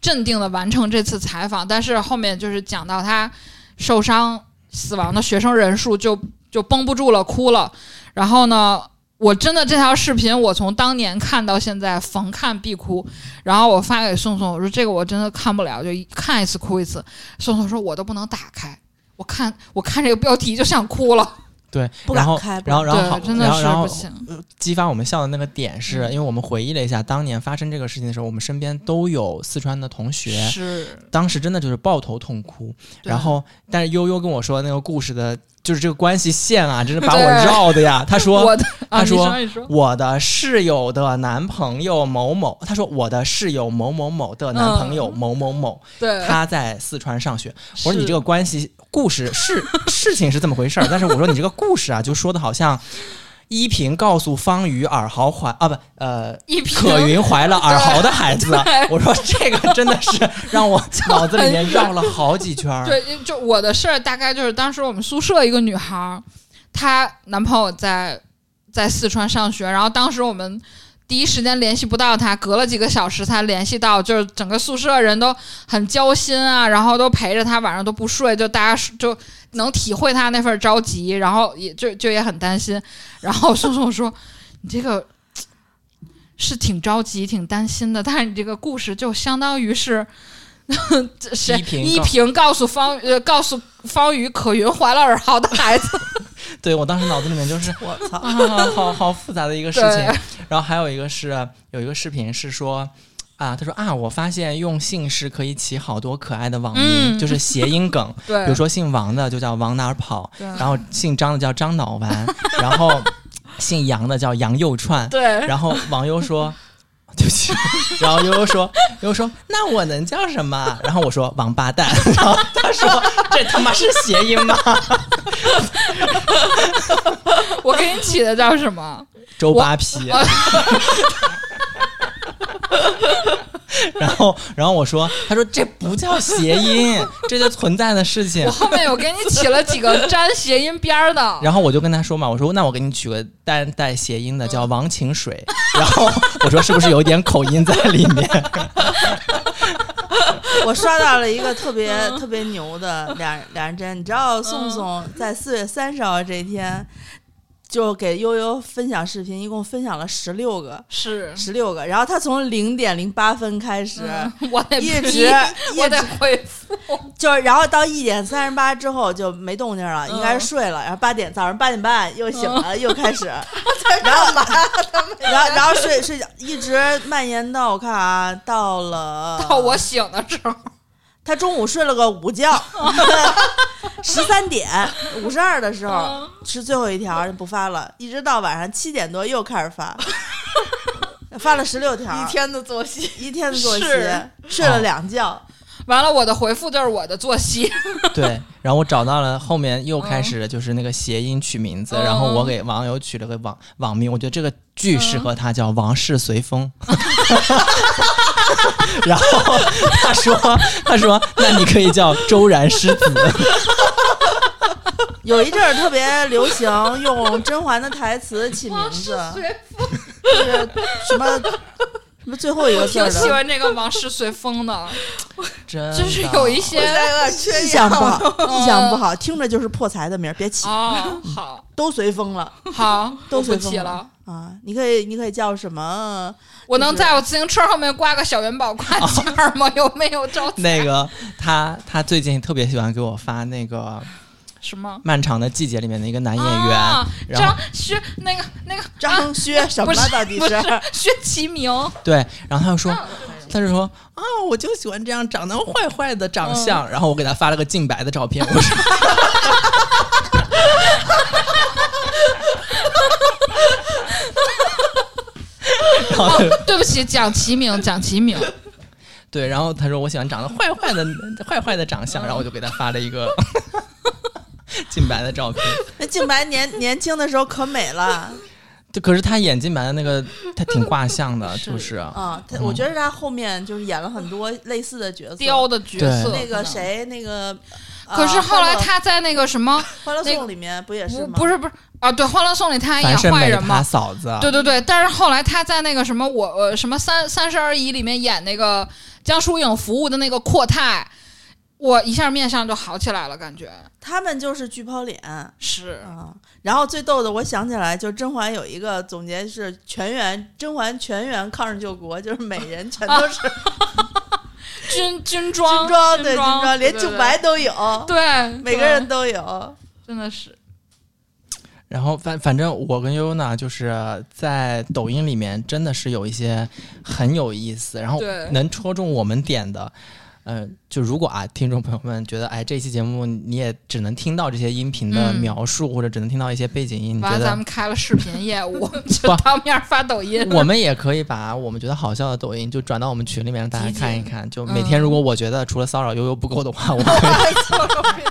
Speaker 4: 镇定的完成这次采访，但是后面就是讲到他受伤死亡的学生人数就就绷不住了，哭了。然后呢，我真的这条视频我从当年看到现在，逢看必哭。然后我发给宋宋，我说这个我真的看不了，就一看一次哭一次。宋宋说我都不能打开。我看我看这个标题就想哭了，
Speaker 2: 对，
Speaker 3: 不
Speaker 2: 然
Speaker 3: 敢
Speaker 2: 后
Speaker 3: 开不
Speaker 2: 然后
Speaker 3: 敢
Speaker 2: 然后好
Speaker 4: 对，真的
Speaker 2: 然后
Speaker 4: 是
Speaker 2: 然后
Speaker 4: 不行。
Speaker 2: 激发我们笑的那个点是，
Speaker 4: 嗯
Speaker 2: 因为我们回忆了一下当年发生这个事情的时候，我们身边都有四川的同学，
Speaker 4: 是，
Speaker 2: 当时真的就是抱头痛哭。
Speaker 4: 对
Speaker 2: 然后，但是悠悠跟我说那个故事的，就是这个关系线 啊，真是把我
Speaker 4: 对
Speaker 2: 绕的呀。他说
Speaker 4: 我的啊，
Speaker 2: 他
Speaker 4: 你
Speaker 2: 说
Speaker 4: 说你说，
Speaker 2: 我的室友的男朋友某某，他说我的室友某某某的男朋友某某某，
Speaker 4: 嗯对，
Speaker 2: 他在四川上学。我说
Speaker 4: 是
Speaker 2: 你这个关系故 事是事情是这么回事儿，但是我说你这个故事啊，就说的好像依萍告诉方宇尔豪怀啊不呃。
Speaker 4: 一瓶
Speaker 2: 可云怀了尔豪的孩 子，我说这个真的是让我脑子里面绕了好几圈儿。
Speaker 4: 对，就我的事儿大概就是当时我们宿舍一个女孩儿，她男朋友在在四川上学，然后当时我们。第一时间联系不到她，隔了几个小时才联系到，就是整个宿舍人都很交心啊，然后都陪着她，晚上都不睡，就大家是就能体会她那份着急，然后也就就也很担心。 然后宋宋说：“你这个是挺着急、挺担心的，但是你这个故事就相当于是 这谁
Speaker 2: 依萍
Speaker 4: 依
Speaker 2: 告
Speaker 4: 萍告诉方呃告诉方宇可云怀了尔豪的 孩子，
Speaker 2: 对我当时脑子里面就是我操，啊 好好复杂的一个事情
Speaker 4: 对。
Speaker 2: 然后还有一个是有一个视频是说。啊，他说啊，我发现用姓氏可以起好多可爱的网名，
Speaker 4: 嗯
Speaker 2: 就是谐音梗。
Speaker 4: 对，
Speaker 2: 比如说姓王的就叫往哪儿跑，
Speaker 4: 对
Speaker 2: 然后姓张的叫张脑丸，然后姓杨的叫杨又串。
Speaker 4: 对，
Speaker 2: 然后网友说， 对不起，然后悠悠说，悠悠说，那我能叫什么啊？然后我说王八蛋，然后他说这他妈是谐音吗？
Speaker 4: 我给你起的叫什么？
Speaker 2: 周扒皮。然后，然后我说，他说这不叫谐音，这就存在的事情
Speaker 4: 我。后面有给你起了几个沾谐音边儿的，
Speaker 2: 然后我就跟他说嘛，我说那我给你取个带带谐音的，叫王晴水。然后我说是不是有点口音在里面？
Speaker 3: 我刷到了一个特别
Speaker 4: 嗯
Speaker 3: 特别牛的俩俩人真，你知道宋宋在四月三十号这一天。就给悠悠分享视频，一共分享了十六个，
Speaker 4: 是
Speaker 3: 十六个。然后他从零点零八分开始，
Speaker 4: 我得
Speaker 3: 一
Speaker 4: 批
Speaker 3: 直
Speaker 4: 我
Speaker 3: 一
Speaker 4: 得
Speaker 3: 直
Speaker 4: 回复，
Speaker 3: 就是然后到一点三十八之后就没动静了，
Speaker 4: 嗯
Speaker 3: 应该是睡了。然后八点早上八点半又醒
Speaker 11: 嗯
Speaker 3: 了，又 开始，然后然后然后睡睡觉，一直蔓延到我看啊，到了
Speaker 2: 啊
Speaker 4: 到我醒的时候，
Speaker 3: 他中午睡了个 午觉，十三点五十二的时候
Speaker 4: 嗯
Speaker 3: 是最后一条不发了，一直到晚上七点多又开始 发，发了十六条，
Speaker 11: 一天的作息，
Speaker 3: 一天的作息
Speaker 11: 是，
Speaker 3: 睡了两觉。
Speaker 4: 完了我的回复就是我的作息，
Speaker 2: 对，然后我找到了，后面又开始了，就是那个谐音取名字，然后我给网友取了个网网名，我觉得这个巨适合他，叫王氏随风。 然后他说：“他说，那你可以叫周然狮子。
Speaker 3: 有一阵儿特别流行用甄嬛的台词起名字，就是什么什么最后一
Speaker 4: 我
Speaker 3: 个字
Speaker 4: 挺
Speaker 3: 儿
Speaker 4: 喜
Speaker 3: 的，
Speaker 4: 欢这个王室随风的，
Speaker 2: 真的”
Speaker 4: 就是 有一些
Speaker 3: 意象不好，意象不好，听着就是破财的名儿，别起，
Speaker 4: 哦，好
Speaker 3: 都随风了，
Speaker 4: 好，
Speaker 3: 都
Speaker 4: 我不
Speaker 3: 随风
Speaker 4: 起了。
Speaker 3: 啊！你可以，你可以叫什么？
Speaker 4: 我能在我自行车后面挂个小元宝挂件儿吗？有没有招
Speaker 2: 那个他他最近特别喜欢给我发那个
Speaker 4: 什么
Speaker 2: 《漫长的季节》里面的一个男演员，
Speaker 4: 啊？
Speaker 2: 然后
Speaker 4: 张薛那个那个啊
Speaker 3: 张薛什么
Speaker 4: 不是
Speaker 3: 到底
Speaker 4: 不
Speaker 3: 是
Speaker 4: 是薛其明？
Speaker 2: 对，然后他就说，
Speaker 4: 嗯
Speaker 2: 他就说啊，我就喜欢这样长得坏坏的长
Speaker 4: 嗯
Speaker 2: 相。然后我给他发了个净白的照片，我说 然后他就
Speaker 4: 对不起，蒋其明，蒋其明，
Speaker 2: 对，然后他说我喜欢长得坏坏的坏坏的长
Speaker 4: 嗯
Speaker 2: 相，然后我就给他发了一个 净白的照片。
Speaker 3: 那静白年年轻的时候可美了
Speaker 2: 就可是他演净白的那个，他 挺画像的，就是
Speaker 3: 啊！她我觉得她后面就是演了很多类似的角色，
Speaker 4: 雕的角色。
Speaker 3: 那个，谁，那个。呃
Speaker 4: 可是后来
Speaker 3: 欢乐
Speaker 4: 他在那个什么，
Speaker 3: 《欢乐
Speaker 4: 那
Speaker 3: 颂
Speaker 4: 个》
Speaker 3: 里面不也是
Speaker 4: 不
Speaker 3: 吗？
Speaker 4: 不是不是啊，对，《欢乐颂》里他演
Speaker 2: 樊胜
Speaker 4: 坏
Speaker 2: 美
Speaker 4: 人
Speaker 2: 他
Speaker 4: 嘛。
Speaker 2: 嫂子，啊
Speaker 4: 对对对，但是后来他在那个什么我呃什么三三十而已里面演那个江疏影服务的那个阔太，我一下面相就好起来了，感觉
Speaker 3: 他们就是巨抛脸啊、
Speaker 4: 是
Speaker 3: 然后最逗的，我想起来，就甄嬛有一个总结是全员甄嬛全员抗日救国，就是每人全都是
Speaker 4: 军军啊装
Speaker 3: 军装，对军
Speaker 4: 装
Speaker 3: 装，连净白都有，
Speaker 4: 对对对
Speaker 3: 每个人都有。
Speaker 4: 真的是
Speaker 2: 然后反反正我跟悠悠呢，就是在抖音里面真的是有一些很有意思，然后
Speaker 4: 对
Speaker 2: 能戳中我们点的。呃，就如果啊，听众朋友们觉得，哎，这期节目你也只能听到这些音频的
Speaker 4: 嗯
Speaker 2: 描述，或者只能听到一些背景音，你
Speaker 4: 完
Speaker 2: 觉
Speaker 4: 了，咱
Speaker 2: 得
Speaker 4: 们开了视频 业务，就当面发抖音。
Speaker 2: 我们也可以把我们觉得好笑的抖音就转到我们群里面，让大家看一看。
Speaker 4: 嗯
Speaker 2: 就每天，如果我觉得除了骚扰悠悠不够的话， 我可以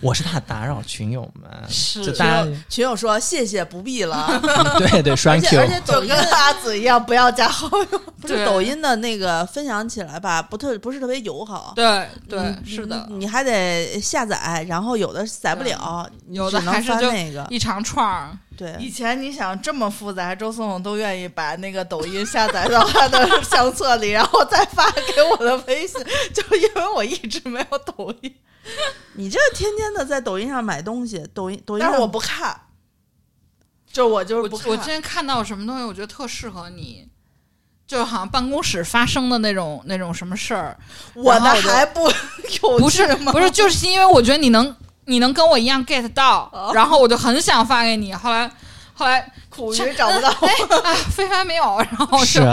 Speaker 2: 我是怕打扰群友们，
Speaker 4: 是
Speaker 2: 就大家
Speaker 3: 群友说谢谢不必了，
Speaker 2: 对对栓
Speaker 3: 而
Speaker 2: Q，
Speaker 3: 且而且抖
Speaker 11: 就
Speaker 3: 音
Speaker 11: 跟阿紫一样，不要加好友。
Speaker 3: 不是
Speaker 4: 对
Speaker 3: 抖音的那个分享起来吧，不特不是特别友好。
Speaker 4: 对对
Speaker 3: 嗯，
Speaker 4: 是的，
Speaker 3: 你你还得下载，然后有的载不了，
Speaker 4: 有的
Speaker 3: 只能
Speaker 4: 还是
Speaker 3: 翻
Speaker 4: 就
Speaker 3: 那个
Speaker 4: 一长串儿。
Speaker 3: 对，
Speaker 11: 以前你想这么复杂，周颂颂都愿意把那个抖音下载到他的相册里，然后再发给我的微信，就是因为我一直没有抖音，
Speaker 3: 你这天天的在抖音上买东西，抖音抖音
Speaker 11: 但
Speaker 3: 上
Speaker 11: 是我不看，就我就是
Speaker 4: 我
Speaker 11: 不看。
Speaker 4: 我之前看到什么东西，我觉得特适合你，就好像办公室发生的那种那种什么事儿，
Speaker 11: 我的
Speaker 4: 然后我就
Speaker 11: 还 不有
Speaker 4: 不是
Speaker 11: 趣吗
Speaker 4: 不是，就是因为我觉得你能你能跟我一样 get 到，
Speaker 11: 哦
Speaker 4: 然后我就很想发给你，后来后来
Speaker 11: 苦于找不 到。
Speaker 4: 哎哎，非凡没有， 然后
Speaker 2: 是
Speaker 4: 就，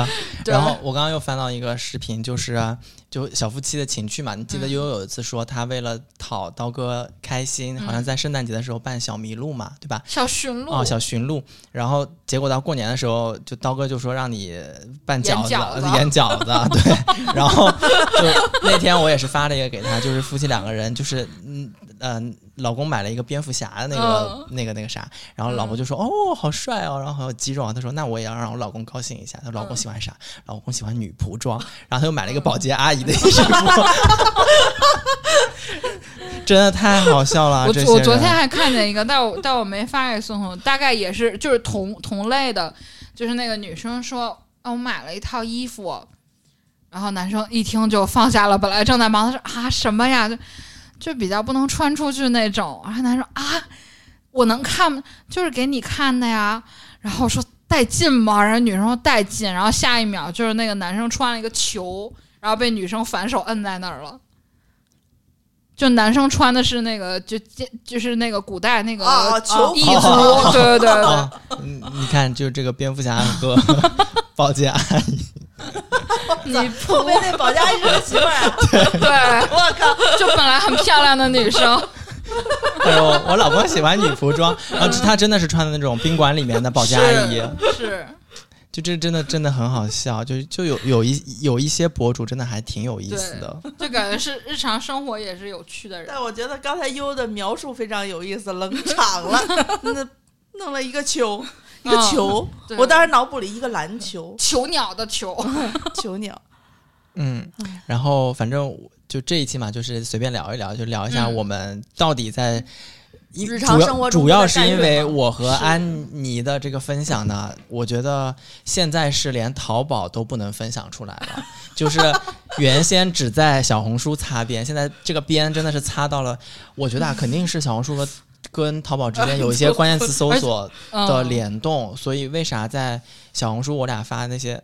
Speaker 4: 对
Speaker 2: 然后我刚刚又翻到一个视频，就是啊、就小夫妻的情趣嘛。你记得悠悠有一次说，她为了讨刀哥开心，好像在圣诞节的时候办小麋鹿嘛，对吧？
Speaker 4: 小驯鹿
Speaker 2: 哦，小驯鹿。然后结果到过年的时候，就刀哥就说让你拌饺子、
Speaker 4: 饺子
Speaker 2: 呃演饺子，对。然后就那天我也是发了一个给他，就是夫妻两个人，就是嗯嗯、老公买了一个蝙蝠侠的那
Speaker 4: 嗯
Speaker 2: 个、那个那个啥，然后老婆就说、哦好帅哦，然后很有肌肉啊。他说那我也要让我老公高兴一下。他老
Speaker 4: 嗯
Speaker 2: 公喜欢啥？老公喜欢女仆装，然后他又买了一个保洁阿姨的衣服。 真的太好笑了！啊
Speaker 4: 我
Speaker 2: 这些
Speaker 4: 我昨
Speaker 2: 人
Speaker 4: 天还看见一个，但我但我没发给宋宋，大概也是就是同同类的，就是那个女生说，啊，我买了一套衣服，然后男生一听就放下了，本来正在忙，他说啊什么呀，就就比较不能穿出去那种，然后男生啊。我能看，就是给你看的呀。然后我说带劲吗？然后女生说带劲，然后下一秒就是那个男生穿了一个球，然后被女生反手摁在那儿了。就男生穿的是那个，就就是那个古代那个
Speaker 3: 哦球
Speaker 4: 异族，对对对 对，
Speaker 2: 嗯你看，就这个蝙蝠侠 和保洁阿姨，
Speaker 4: 你
Speaker 3: 后面那保洁阿姨是媳妇儿啊，
Speaker 4: 对，我靠，就本来很漂亮的女生，
Speaker 2: 哎呦，我老公喜欢女服 装，然后她真的是穿的那种宾馆里面的保洁阿姨，
Speaker 4: 是
Speaker 2: 就这真的真的很好笑，就就有有一有一些博主真的还挺有意思的，
Speaker 4: 就感觉是日常生活也是有趣的人。
Speaker 3: 但我觉得刚才优的描述非常有意思，冷场了，那弄了一个球，一个
Speaker 4: 嗯
Speaker 3: 球，
Speaker 4: 对，
Speaker 3: 我当时脑补了一个篮球
Speaker 4: 囚鸟的囚，
Speaker 3: 哦球鸟，
Speaker 2: 嗯，然后反正我就这一期嘛，就是随便聊一聊，就聊一下
Speaker 4: 嗯
Speaker 2: 我们到底在。一
Speaker 3: 日常
Speaker 2: 主要
Speaker 3: 生活中
Speaker 2: 主
Speaker 3: 都
Speaker 2: 要
Speaker 3: 在
Speaker 2: 是
Speaker 3: 干
Speaker 2: 因
Speaker 3: 什
Speaker 2: 为
Speaker 3: 么
Speaker 2: 我和安妮的这个分享呢，我觉得现在是连淘宝都不能分享出来了， 就是原先只在小红书擦边，现在这个边真的是擦到了，我觉得啊，肯定是小红书和跟淘宝之间有一些关键词搜索的
Speaker 4: 嗯
Speaker 2: 联动，所以为啥在小红书我俩发那些，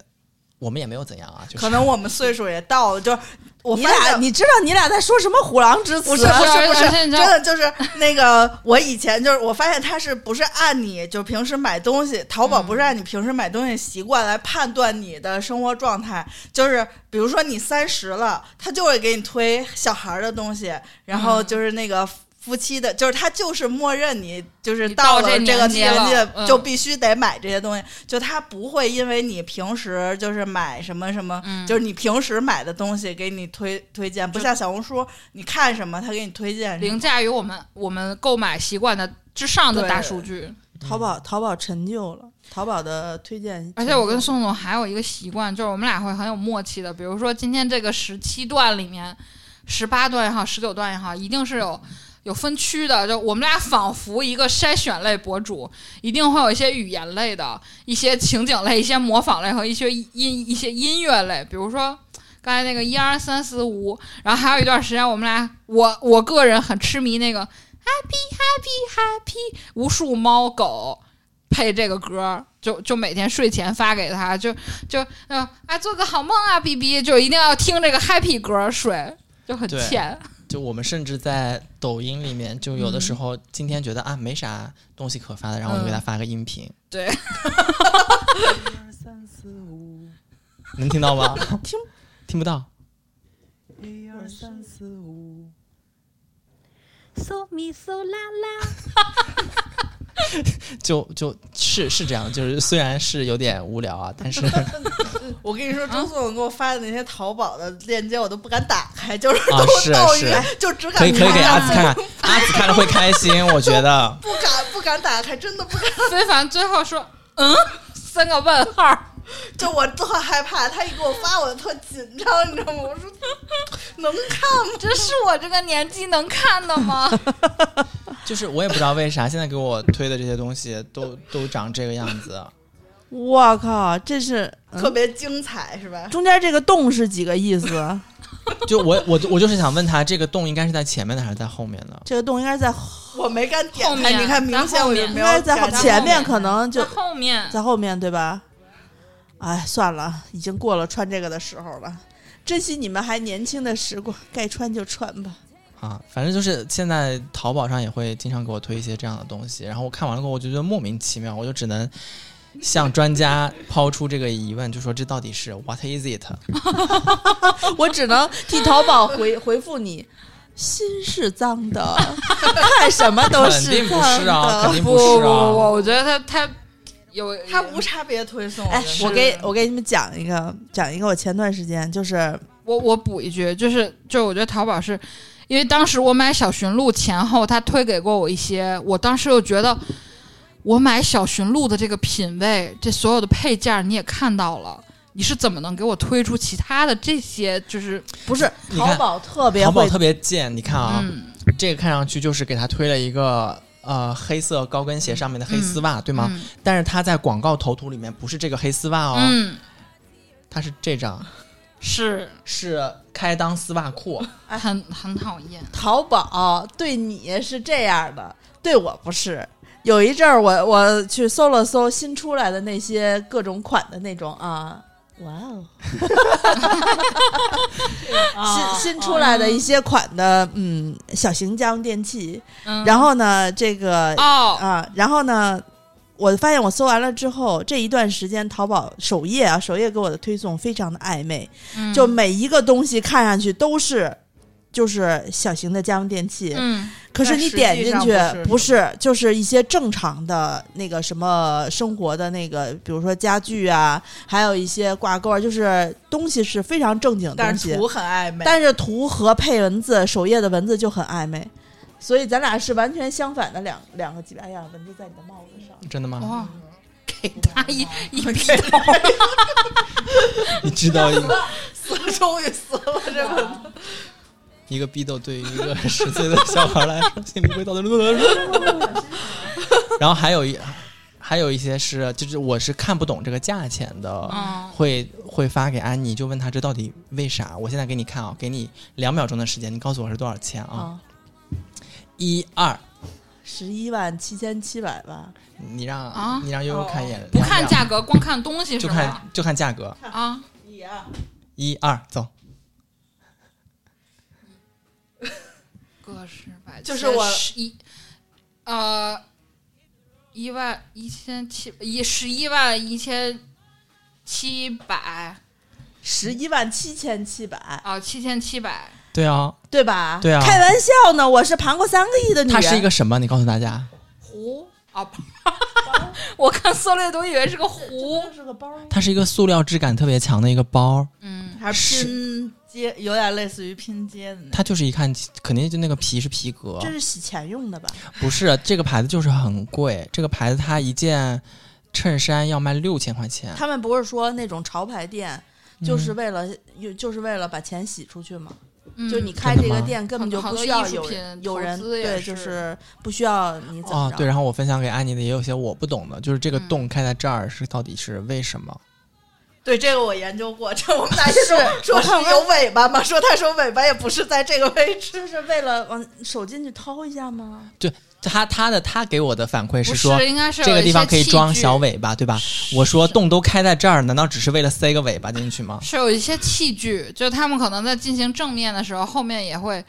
Speaker 2: 我们也没有怎样啊，就是
Speaker 11: 可能我们岁数也到了，就是我
Speaker 3: 你
Speaker 11: 发
Speaker 3: 俩
Speaker 11: 现
Speaker 3: 你知道你俩在说什么虎狼之词？
Speaker 11: 不是不是不是
Speaker 4: 而，且你
Speaker 11: 真
Speaker 4: 知道
Speaker 11: 的就是那个，我以前就是我发现他是不是按你就平时买东西，淘宝不是按你平时买东西习惯来判断你的生活状态，就是比如说你三十了，他就会给你推小孩儿的东西，然后
Speaker 4: 嗯
Speaker 11: 就是那个。夫妻的，就是他就是默认你就是
Speaker 4: 你到
Speaker 11: 了
Speaker 4: 这
Speaker 11: 这个
Speaker 4: 年纪了
Speaker 11: 纪
Speaker 4: 嗯
Speaker 11: 就必须得买这些东西，就他不会因为你平时就是买什么什么，
Speaker 4: 嗯
Speaker 11: 就是你平时买的东西给你推推荐，不像小红书，你看什么他给你推荐什么
Speaker 4: 凌驾于我们我们购买习惯的之上的大数据。
Speaker 2: 嗯
Speaker 3: 淘宝淘宝陈旧了，淘宝的推荐，
Speaker 4: 而且我跟宋总还有一个习惯，就是我们俩会很有默契的。比如说今天这个十七段里面，十八段也好，十九段也好，一定是有有分区的。就我们俩仿佛一个筛选类博主，一定会有一些语言类的、一些情景类、一些模仿类和一些音一些音乐类。比如说刚才那个一二三四五，然后还有一段时间我们俩，我我个人很痴迷那个 happy happy happy，无数猫狗。配这个歌儿，就就每天睡前发给他，就就嗯啊，做个好梦啊，B B，就一定要听这个 happy 歌儿睡，就很
Speaker 2: 对
Speaker 4: 欠。
Speaker 2: 就我们甚至在抖音里面，就有的时候今天觉得、啊没啥东西可发的，然后我就给他发个音频，
Speaker 4: 对，
Speaker 2: 能听到吗？
Speaker 3: 听
Speaker 2: 听不到。
Speaker 8: 嗦咪嗦啦啦，
Speaker 2: 就就是是这样，就是虽然是有点无聊啊，但是
Speaker 11: 我跟你
Speaker 2: 啊
Speaker 11: 说，周总给我发的那些淘宝的链接，我都不敢打开，就是
Speaker 2: 啊
Speaker 11: 都
Speaker 2: 是
Speaker 11: 到
Speaker 2: 是
Speaker 11: 于就只敢
Speaker 2: 可以可以给阿
Speaker 11: 看
Speaker 2: 紫看看，阿紫看了会开心，我觉得。
Speaker 11: 不敢不敢打开，真的不敢。
Speaker 4: 非凡最后说嗯三个问号儿，
Speaker 11: 就我特害怕，他一给我发，我就特紧张，你知道吗？我说能看吗？
Speaker 4: 这是我这个年纪能看的吗？
Speaker 2: 就是我也不知道为啥，现在给我推的这些东西都都长这个样子。
Speaker 3: 我靠，这是嗯
Speaker 11: 特别精彩是吧？
Speaker 3: 中间这个洞是几个意思？
Speaker 2: 就我我我就是想问他，这个洞应该是在前面的还是在后面呢？
Speaker 3: 这个洞应该在后
Speaker 11: 我没敢 点
Speaker 4: 后
Speaker 11: 开，
Speaker 4: 面
Speaker 11: 你看明显我就没有
Speaker 3: 应该在后
Speaker 11: 点开
Speaker 3: 前面，
Speaker 4: 面
Speaker 3: 可能就
Speaker 11: 啊
Speaker 4: 在后面
Speaker 3: 在后面对吧？哎，算了，已经过了穿这个的时候了。珍惜你们还年轻的时光，该穿就穿吧。
Speaker 2: 啊，反正就是现在淘宝上也会经常给我推一些这样的东西，然后我看完了过后，我就觉得莫名其妙，我就只能向专家抛出这个疑问，就说这到底是 what is it？
Speaker 3: 哦我只能替淘宝回回复你，心是 脏的，看什么都
Speaker 2: 肯
Speaker 3: 是
Speaker 2: 定不
Speaker 3: 脏
Speaker 2: 是啊，肯
Speaker 3: 的。
Speaker 2: 定
Speaker 4: 不
Speaker 2: 是
Speaker 4: 不不，
Speaker 2: 啊。
Speaker 4: 我觉得他他有
Speaker 11: 他无差别推送。
Speaker 3: 哎，
Speaker 11: 觉得
Speaker 3: 我给我给你们讲一个，讲一个，我前段时间就是
Speaker 4: 我我补一句，就是就是我觉得淘宝是，因为当时我买小寻路前后，他推给过我一些，我当时又觉得我买小寻路的这个品味，这所有的配件儿你也看到了。你是怎么能给我推出其他的这些？ 就是
Speaker 3: 不是
Speaker 2: 你
Speaker 3: 淘
Speaker 2: 看
Speaker 3: 宝特别
Speaker 2: 淘宝
Speaker 3: 会
Speaker 2: 特别贱，你看啊，
Speaker 4: 嗯，
Speaker 2: 这个看上去就是给他推了一个呃黑色高跟鞋上面的黑丝袜，对吗？
Speaker 4: 嗯
Speaker 2: 但是他在广告头图里面不是这个黑丝袜哦，
Speaker 4: 嗯，
Speaker 2: 它是这张，
Speaker 4: 是
Speaker 2: 是开裆丝袜裤。
Speaker 4: 很很讨厌。
Speaker 3: 淘宝对你是这样的，对我不是。有一阵儿我我去搜了搜新出来的那些各种款的那种啊，哇哦， 新新出来的一些款的嗯小型家用电器，
Speaker 4: 嗯
Speaker 3: 然后呢这个
Speaker 11: 哎
Speaker 4: 哦
Speaker 3: 啊，然后呢。我发现我搜完了之后，这一段时间淘宝首页啊，首页给我的推送非常的暧昧，
Speaker 4: 嗯
Speaker 3: 就每一个东西看上去都是就是小型的家用电器，
Speaker 4: 嗯，
Speaker 3: 可是
Speaker 11: 但
Speaker 3: 你
Speaker 11: 实
Speaker 3: 点
Speaker 11: 际
Speaker 3: 进
Speaker 11: 上
Speaker 3: 去
Speaker 11: 不是
Speaker 3: 不是，就是一些正常的那个什么生活的那个，比如说家具啊，还有一些挂钩，啊，就是东西是非常正经的
Speaker 11: 但
Speaker 3: 东
Speaker 11: 是
Speaker 3: 西
Speaker 11: 图，很暧昧。
Speaker 3: 但是图和配文字首页的文字就很暧昧，所以咱俩是完全相反的两两个级别。哎呀，文字在你的帽子上，
Speaker 2: 真的
Speaker 11: 嗯
Speaker 2: 吗？
Speaker 4: 哇，给他一一逼头，
Speaker 2: 你知道一
Speaker 11: 死终于死了，这文字
Speaker 2: 一个逼斗对于一个十岁的小孩来说，心里会造成多大的然后还有一还有一些是，就是我是看不懂这个价钱的，
Speaker 4: 嗯
Speaker 2: 会会发给安妮，就问她这到底为啥？我现在给你看啊，给你两秒钟的时间，你告诉我是多少钱啊？
Speaker 3: 啊，
Speaker 2: 一二，
Speaker 3: 十一万七千七百吧，
Speaker 2: 你让、
Speaker 4: 啊
Speaker 2: 你让悠悠看一眼，
Speaker 4: 不
Speaker 2: 两
Speaker 4: 看
Speaker 2: 秒
Speaker 4: 价格，光看东西是
Speaker 2: 就
Speaker 4: 吗？
Speaker 2: 看就看价格，
Speaker 4: 啊，
Speaker 11: 一样。
Speaker 2: 一二走，
Speaker 4: 个十百
Speaker 11: 就是我
Speaker 4: 千十一，呃，一万一千七一十一万一千七百
Speaker 3: 十一万七千七百，
Speaker 4: 啊，七千七百
Speaker 2: 对啊，
Speaker 3: 对吧？
Speaker 2: 对啊
Speaker 3: 开玩笑呢，我是盘过三个亿的女
Speaker 2: 它
Speaker 3: 人。
Speaker 2: 是一个什么？你告诉大家，
Speaker 4: 壶啊，不 我看搜猎都以为是个壶，
Speaker 3: 是个包。
Speaker 2: 它是一个塑料质感特别强的一个包，
Speaker 4: 嗯，
Speaker 11: 还是拼接，有点类似于拼接的那
Speaker 2: 它就是一看肯定就那个皮是皮革，
Speaker 3: 这是洗钱用的吧？
Speaker 2: 不是啊这个牌子就是很贵，这个牌子它一件衬衫要卖六千块钱，
Speaker 3: 他们不是说那种潮牌店，
Speaker 2: 嗯
Speaker 3: 就是为了、有就是为了把钱洗出去嘛？
Speaker 4: 嗯
Speaker 3: 就你开这个店根本就不需要有
Speaker 4: 很多艺术品
Speaker 3: 有人
Speaker 4: 投资也
Speaker 3: 对，
Speaker 4: 是
Speaker 3: 就是不需要你怎么
Speaker 2: 哦
Speaker 3: 着。，
Speaker 2: 对，然后我分享给安妮的也有些我不懂的，就是这个
Speaker 4: 嗯
Speaker 2: 洞开在这儿是到底是为什么？
Speaker 11: 对，这个我研究过。这我们 俩一说说是有尾巴吗？说他说尾巴也不是在这个位置。
Speaker 3: 这是为了往手进去掏一下吗？
Speaker 2: 对，他他的他给我的反馈
Speaker 4: 不
Speaker 2: 说
Speaker 4: 是，应该是有
Speaker 2: 这个
Speaker 4: 一
Speaker 2: 地
Speaker 4: 些
Speaker 2: 方可以
Speaker 4: 器
Speaker 2: 装
Speaker 4: 具
Speaker 2: 小尾巴，对吧？我说洞都开在这儿，难道只是为了塞个尾巴进去吗？
Speaker 4: 是有一些器具，就他们可能在进行正面的时候，后面也会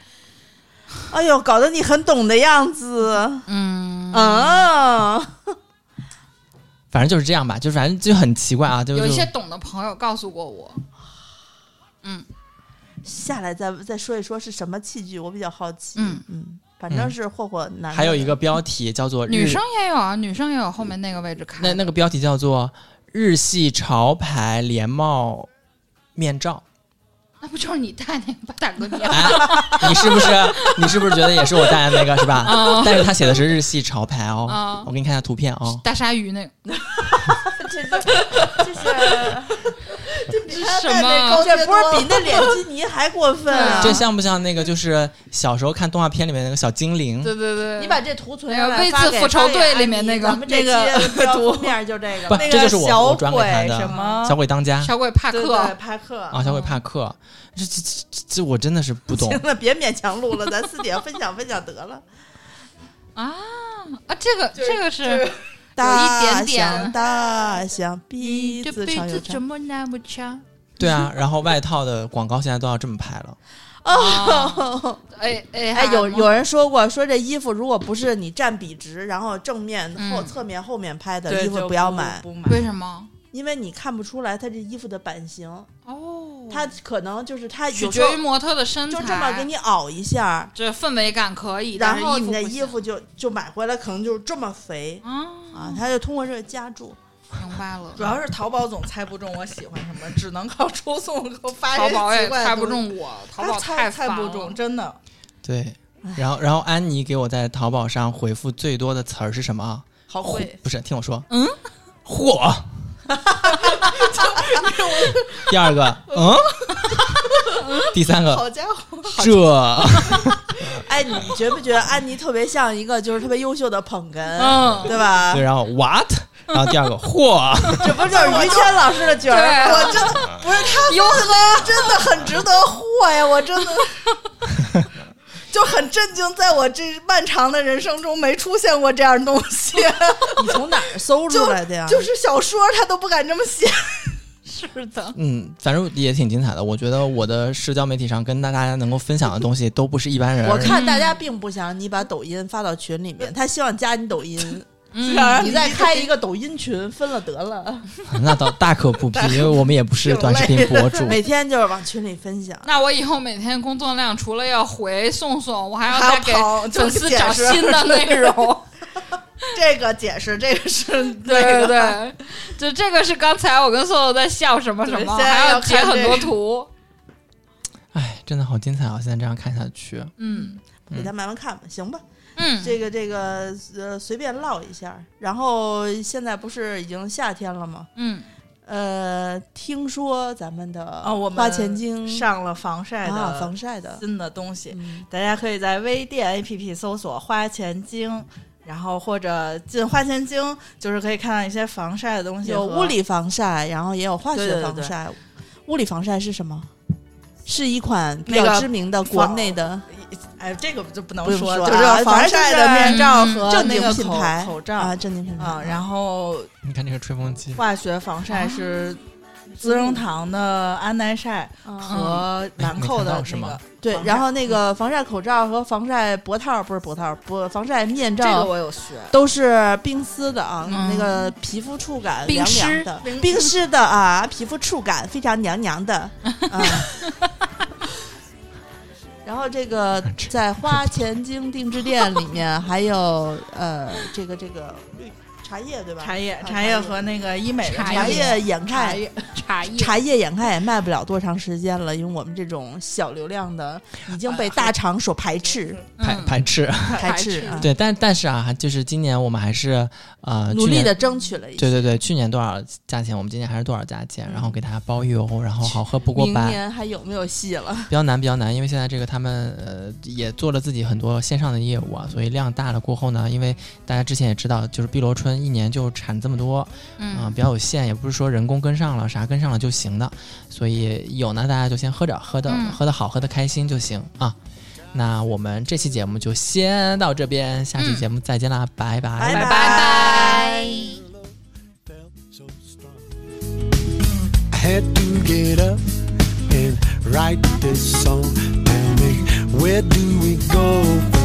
Speaker 3: 哎呦，搞得你很懂的样子。
Speaker 4: 嗯
Speaker 3: 啊，
Speaker 2: 反正就是这样吧，就是反正就很奇怪啊，就
Speaker 4: 有一
Speaker 2: 就嗯
Speaker 4: 些懂的朋友告诉过我，
Speaker 3: 下来再再说一说是什么器具，我比较好奇。
Speaker 4: 嗯
Speaker 3: 嗯，反正是霍霍男的。
Speaker 2: 还有一个标题叫做
Speaker 4: 女
Speaker 2: 日
Speaker 4: 生也有啊，女生也有后面那个位置开
Speaker 2: 那那个标题叫做“日系潮牌连帽面罩
Speaker 4: 那不就是你戴那个八大哥啊面”，
Speaker 2: 哎，你是不是你是不是觉得也是我戴的那个是吧
Speaker 4: 嗯？
Speaker 2: 但是他写的是日系潮牌哦
Speaker 4: 嗯，
Speaker 2: 我给你看一下图片哦。
Speaker 4: 大鲨鱼那个？
Speaker 3: 这是这 是
Speaker 4: 这是什么？
Speaker 3: 这不是比那脸基尼还过分啊！
Speaker 2: 这像不像那个就是小时候看动画片里面那个小精灵？
Speaker 4: 对对对，
Speaker 3: 你把这图存
Speaker 4: 那
Speaker 3: 下
Speaker 4: 个
Speaker 3: 来，
Speaker 4: 微
Speaker 3: 发
Speaker 4: 字
Speaker 3: 给
Speaker 4: 复仇
Speaker 3: 发给
Speaker 4: 队
Speaker 3: 安
Speaker 4: 里面
Speaker 3: 妮
Speaker 4: 那个
Speaker 3: 咱们这
Speaker 11: 那
Speaker 3: 期
Speaker 11: 个
Speaker 3: 的
Speaker 11: 图
Speaker 3: 封面就这个
Speaker 2: 不
Speaker 3: 吧。，
Speaker 11: 那
Speaker 2: 这就
Speaker 11: 个
Speaker 2: 是
Speaker 11: 小
Speaker 2: 我我转给他
Speaker 11: 鬼什
Speaker 2: 的
Speaker 11: 么
Speaker 2: 小鬼当家
Speaker 4: 小鬼啊帕
Speaker 11: 对
Speaker 4: 克
Speaker 11: 对，帕克
Speaker 2: 啊，小鬼帕克，这这这这这我真的是不 懂
Speaker 3: 行。了，别勉强录了，咱私底下分享分享得了。
Speaker 4: 啊啊，这个这个是
Speaker 3: 大
Speaker 4: 有一点点
Speaker 3: 象大象鼻
Speaker 4: 这
Speaker 3: 子
Speaker 4: 辈
Speaker 3: 长又
Speaker 4: 子怎
Speaker 3: 长，
Speaker 4: 么那么 长？
Speaker 2: 对啊，然后外套的广告现在都要这么拍了。
Speaker 4: 哦，哎哎
Speaker 3: 哎，
Speaker 4: 还
Speaker 3: 有
Speaker 4: 吗
Speaker 3: 有人说过，说这衣服如果不是你站笔直，然后正面、后
Speaker 4: 嗯
Speaker 3: 侧面、后面拍的
Speaker 11: 对
Speaker 3: 衣服
Speaker 11: 就
Speaker 3: 不要买，
Speaker 11: 不
Speaker 4: 为
Speaker 11: 买。
Speaker 4: 什么？
Speaker 3: 因为你看不出来它这衣服的版型，
Speaker 11: 嗯
Speaker 4: 哦，
Speaker 3: 它可能就是它
Speaker 4: 取
Speaker 3: 有时
Speaker 4: 决于
Speaker 3: 候
Speaker 4: 模特的身材，
Speaker 3: 就这么给你凹一下，
Speaker 4: 这氛围感可以，但
Speaker 3: 然
Speaker 4: 是
Speaker 3: 后你的
Speaker 4: 不
Speaker 3: 衣
Speaker 4: 行
Speaker 3: 服就就买回来，可能就是这么肥
Speaker 4: 啊，
Speaker 3: 啊，他就通过这个加注。
Speaker 4: 明白了
Speaker 11: 主。要是淘宝总猜不中我喜欢什么，只能靠抽送给我发
Speaker 4: 淘
Speaker 11: 这
Speaker 4: 宝
Speaker 11: 些
Speaker 4: 也
Speaker 11: 奇怪的
Speaker 4: 猜不
Speaker 11: 东西，
Speaker 4: 中我，淘
Speaker 11: 他
Speaker 4: 宝
Speaker 11: 猜
Speaker 4: 太
Speaker 11: 猜
Speaker 4: 烦
Speaker 11: 不
Speaker 4: 了
Speaker 11: 中，真的。
Speaker 2: 对，然后然后安妮给我在淘宝上回复最多的词儿是什么啊？
Speaker 11: 好贵，
Speaker 2: 不是，听我说，嗯，火。第二个，嗯，第三 个，
Speaker 11: 好家伙，
Speaker 2: 这
Speaker 3: 哎，你觉不觉得安妮特别像一个就是特别优秀的捧哏，
Speaker 4: 嗯，
Speaker 3: 对 吧
Speaker 2: 对，？然后 what，然后第二个嚯，
Speaker 3: 这不就是于谦老师的角儿？
Speaker 4: 对，
Speaker 11: 我真 的不是他，真的很值得嚯呀！我真的就很震惊，在我这漫长的人生中没出现过这样东西。
Speaker 3: 你从哪儿搜出来的呀？
Speaker 11: 就就是小说他都不敢这么写。
Speaker 4: 是的，
Speaker 2: 嗯，反正也挺精彩的。我觉得我的社交媒体上跟大家能够分享的东西都不是一般人。
Speaker 3: 我看大家并不想你把抖音发到群里 面，他希望加你抖音，
Speaker 4: 嗯
Speaker 3: 想让你再开一个抖音群，分了得了。
Speaker 2: 那倒大可不必，因为我们也不是短视频博 主。
Speaker 3: 每天就是往群里分享。
Speaker 4: 那我以后每天工作量除了要回送送，我还要
Speaker 11: 还要
Speaker 4: 再给
Speaker 11: 跑就
Speaker 4: 粉丝
Speaker 11: 解
Speaker 4: 找
Speaker 11: 释
Speaker 4: 新的内容。
Speaker 11: 这个解释，这个是 那
Speaker 4: 对对
Speaker 11: 个
Speaker 4: 对，就这个是刚才我跟瘦瘦在笑什么什么，
Speaker 11: 对现在
Speaker 4: 还
Speaker 11: 要
Speaker 4: 截
Speaker 11: 看
Speaker 4: 很
Speaker 11: 这
Speaker 4: 多
Speaker 11: 个
Speaker 4: 图。
Speaker 2: 哎，真的好精彩啊！现在这样看下去，
Speaker 4: 嗯
Speaker 3: 给他慢慢看吧，行吧。
Speaker 4: 嗯，
Speaker 3: 这个这个呃，随便唠一下。然后现在不是已经夏天了吗？
Speaker 4: 嗯，
Speaker 3: 呃，听说咱们的
Speaker 11: 啊，我们
Speaker 3: 花钱精
Speaker 11: 上了防晒的、
Speaker 3: 啊防晒的，
Speaker 11: 新的东西，
Speaker 3: 嗯
Speaker 11: 大家可以在微店 APP 搜索“花钱精”，然后或者进“花钱精”，就是可以看到一些防晒的东嗯西和，
Speaker 3: 有物理防晒，然后也有化学防晒。物理防晒是什么？是一款比
Speaker 11: 那
Speaker 3: 较
Speaker 11: 个
Speaker 3: 知名的
Speaker 11: 防
Speaker 3: 国内的
Speaker 11: 哎，这个就不能
Speaker 3: 不用
Speaker 11: 说，
Speaker 3: 说
Speaker 11: 就是
Speaker 3: 啊
Speaker 11: 防晒的
Speaker 3: 反正就是
Speaker 11: 面罩
Speaker 4: 嗯
Speaker 11: 和
Speaker 3: 正
Speaker 11: 那
Speaker 3: 经
Speaker 11: 个
Speaker 3: 品
Speaker 11: 口
Speaker 3: 牌
Speaker 11: 口罩
Speaker 3: 啊，正经品牌
Speaker 11: 啊，然后
Speaker 2: 你看这个吹风机，
Speaker 11: 化学防
Speaker 4: 啊
Speaker 11: 晒是
Speaker 4: 嗯
Speaker 11: 资生堂的安耐晒和兰蔻的
Speaker 2: 嗯没看到是
Speaker 11: 那
Speaker 2: 吗
Speaker 11: 个，
Speaker 3: 对，然后
Speaker 11: 嗯
Speaker 3: 那个防晒口罩和防晒脖套不是脖套，不防晒面
Speaker 11: 这个
Speaker 3: 罩
Speaker 11: 我有学，
Speaker 3: 都是冰丝的啊，
Speaker 4: 嗯
Speaker 3: 那个皮肤触感
Speaker 4: 冰
Speaker 3: 凉
Speaker 4: 湿
Speaker 3: 凉的，冰湿的啊，皮肤触感非常凉 凉的，啊。然后这个在花钱精定制店里面还有呃，这个这个绿茶叶对吧？
Speaker 11: 茶叶
Speaker 3: 啊
Speaker 11: 茶叶和那个医美的
Speaker 4: 茶
Speaker 3: 茶
Speaker 11: 叶
Speaker 3: 叶眼
Speaker 11: 茶
Speaker 3: 看
Speaker 11: 叶
Speaker 4: 茶叶
Speaker 3: 茶叶眼看也卖不了多长时间了，因为我们这种小流量的已经被大厂所排斥，
Speaker 2: 排
Speaker 4: 嗯
Speaker 2: 排斥。
Speaker 3: 排
Speaker 4: 斥
Speaker 3: 斥啊，
Speaker 2: 对，但但是啊，就是今年我们还是呃
Speaker 3: 努
Speaker 2: 去
Speaker 3: 力
Speaker 2: 年
Speaker 3: 的争取了一
Speaker 2: 对对
Speaker 3: 些。
Speaker 2: 对，去年多少价钱，我们今年还是多少价钱，然后给大家包邮，然后好喝不过
Speaker 3: 明
Speaker 2: 百。
Speaker 3: 年还有没有戏了？
Speaker 2: 比较难，比较难，因为现在这个他们呃也做了自己很多线上的业务啊，所以量大了过后呢，因为大家之前也知道，就是碧螺春一年就产这么多啊、
Speaker 4: 嗯，
Speaker 2: 比较有限，也不是说人工跟上了啥跟上了就行的，所以有呢大家就先喝着，喝的、
Speaker 4: 嗯
Speaker 2: 喝的好，喝的开心就行啊。那我们这期节目就先到这边，下期
Speaker 4: 嗯
Speaker 2: 节目再见啦，拜拜
Speaker 3: 拜
Speaker 4: 拜
Speaker 3: 拜
Speaker 4: 拜。
Speaker 12: I had to get up and write this song. Tell me, where do we go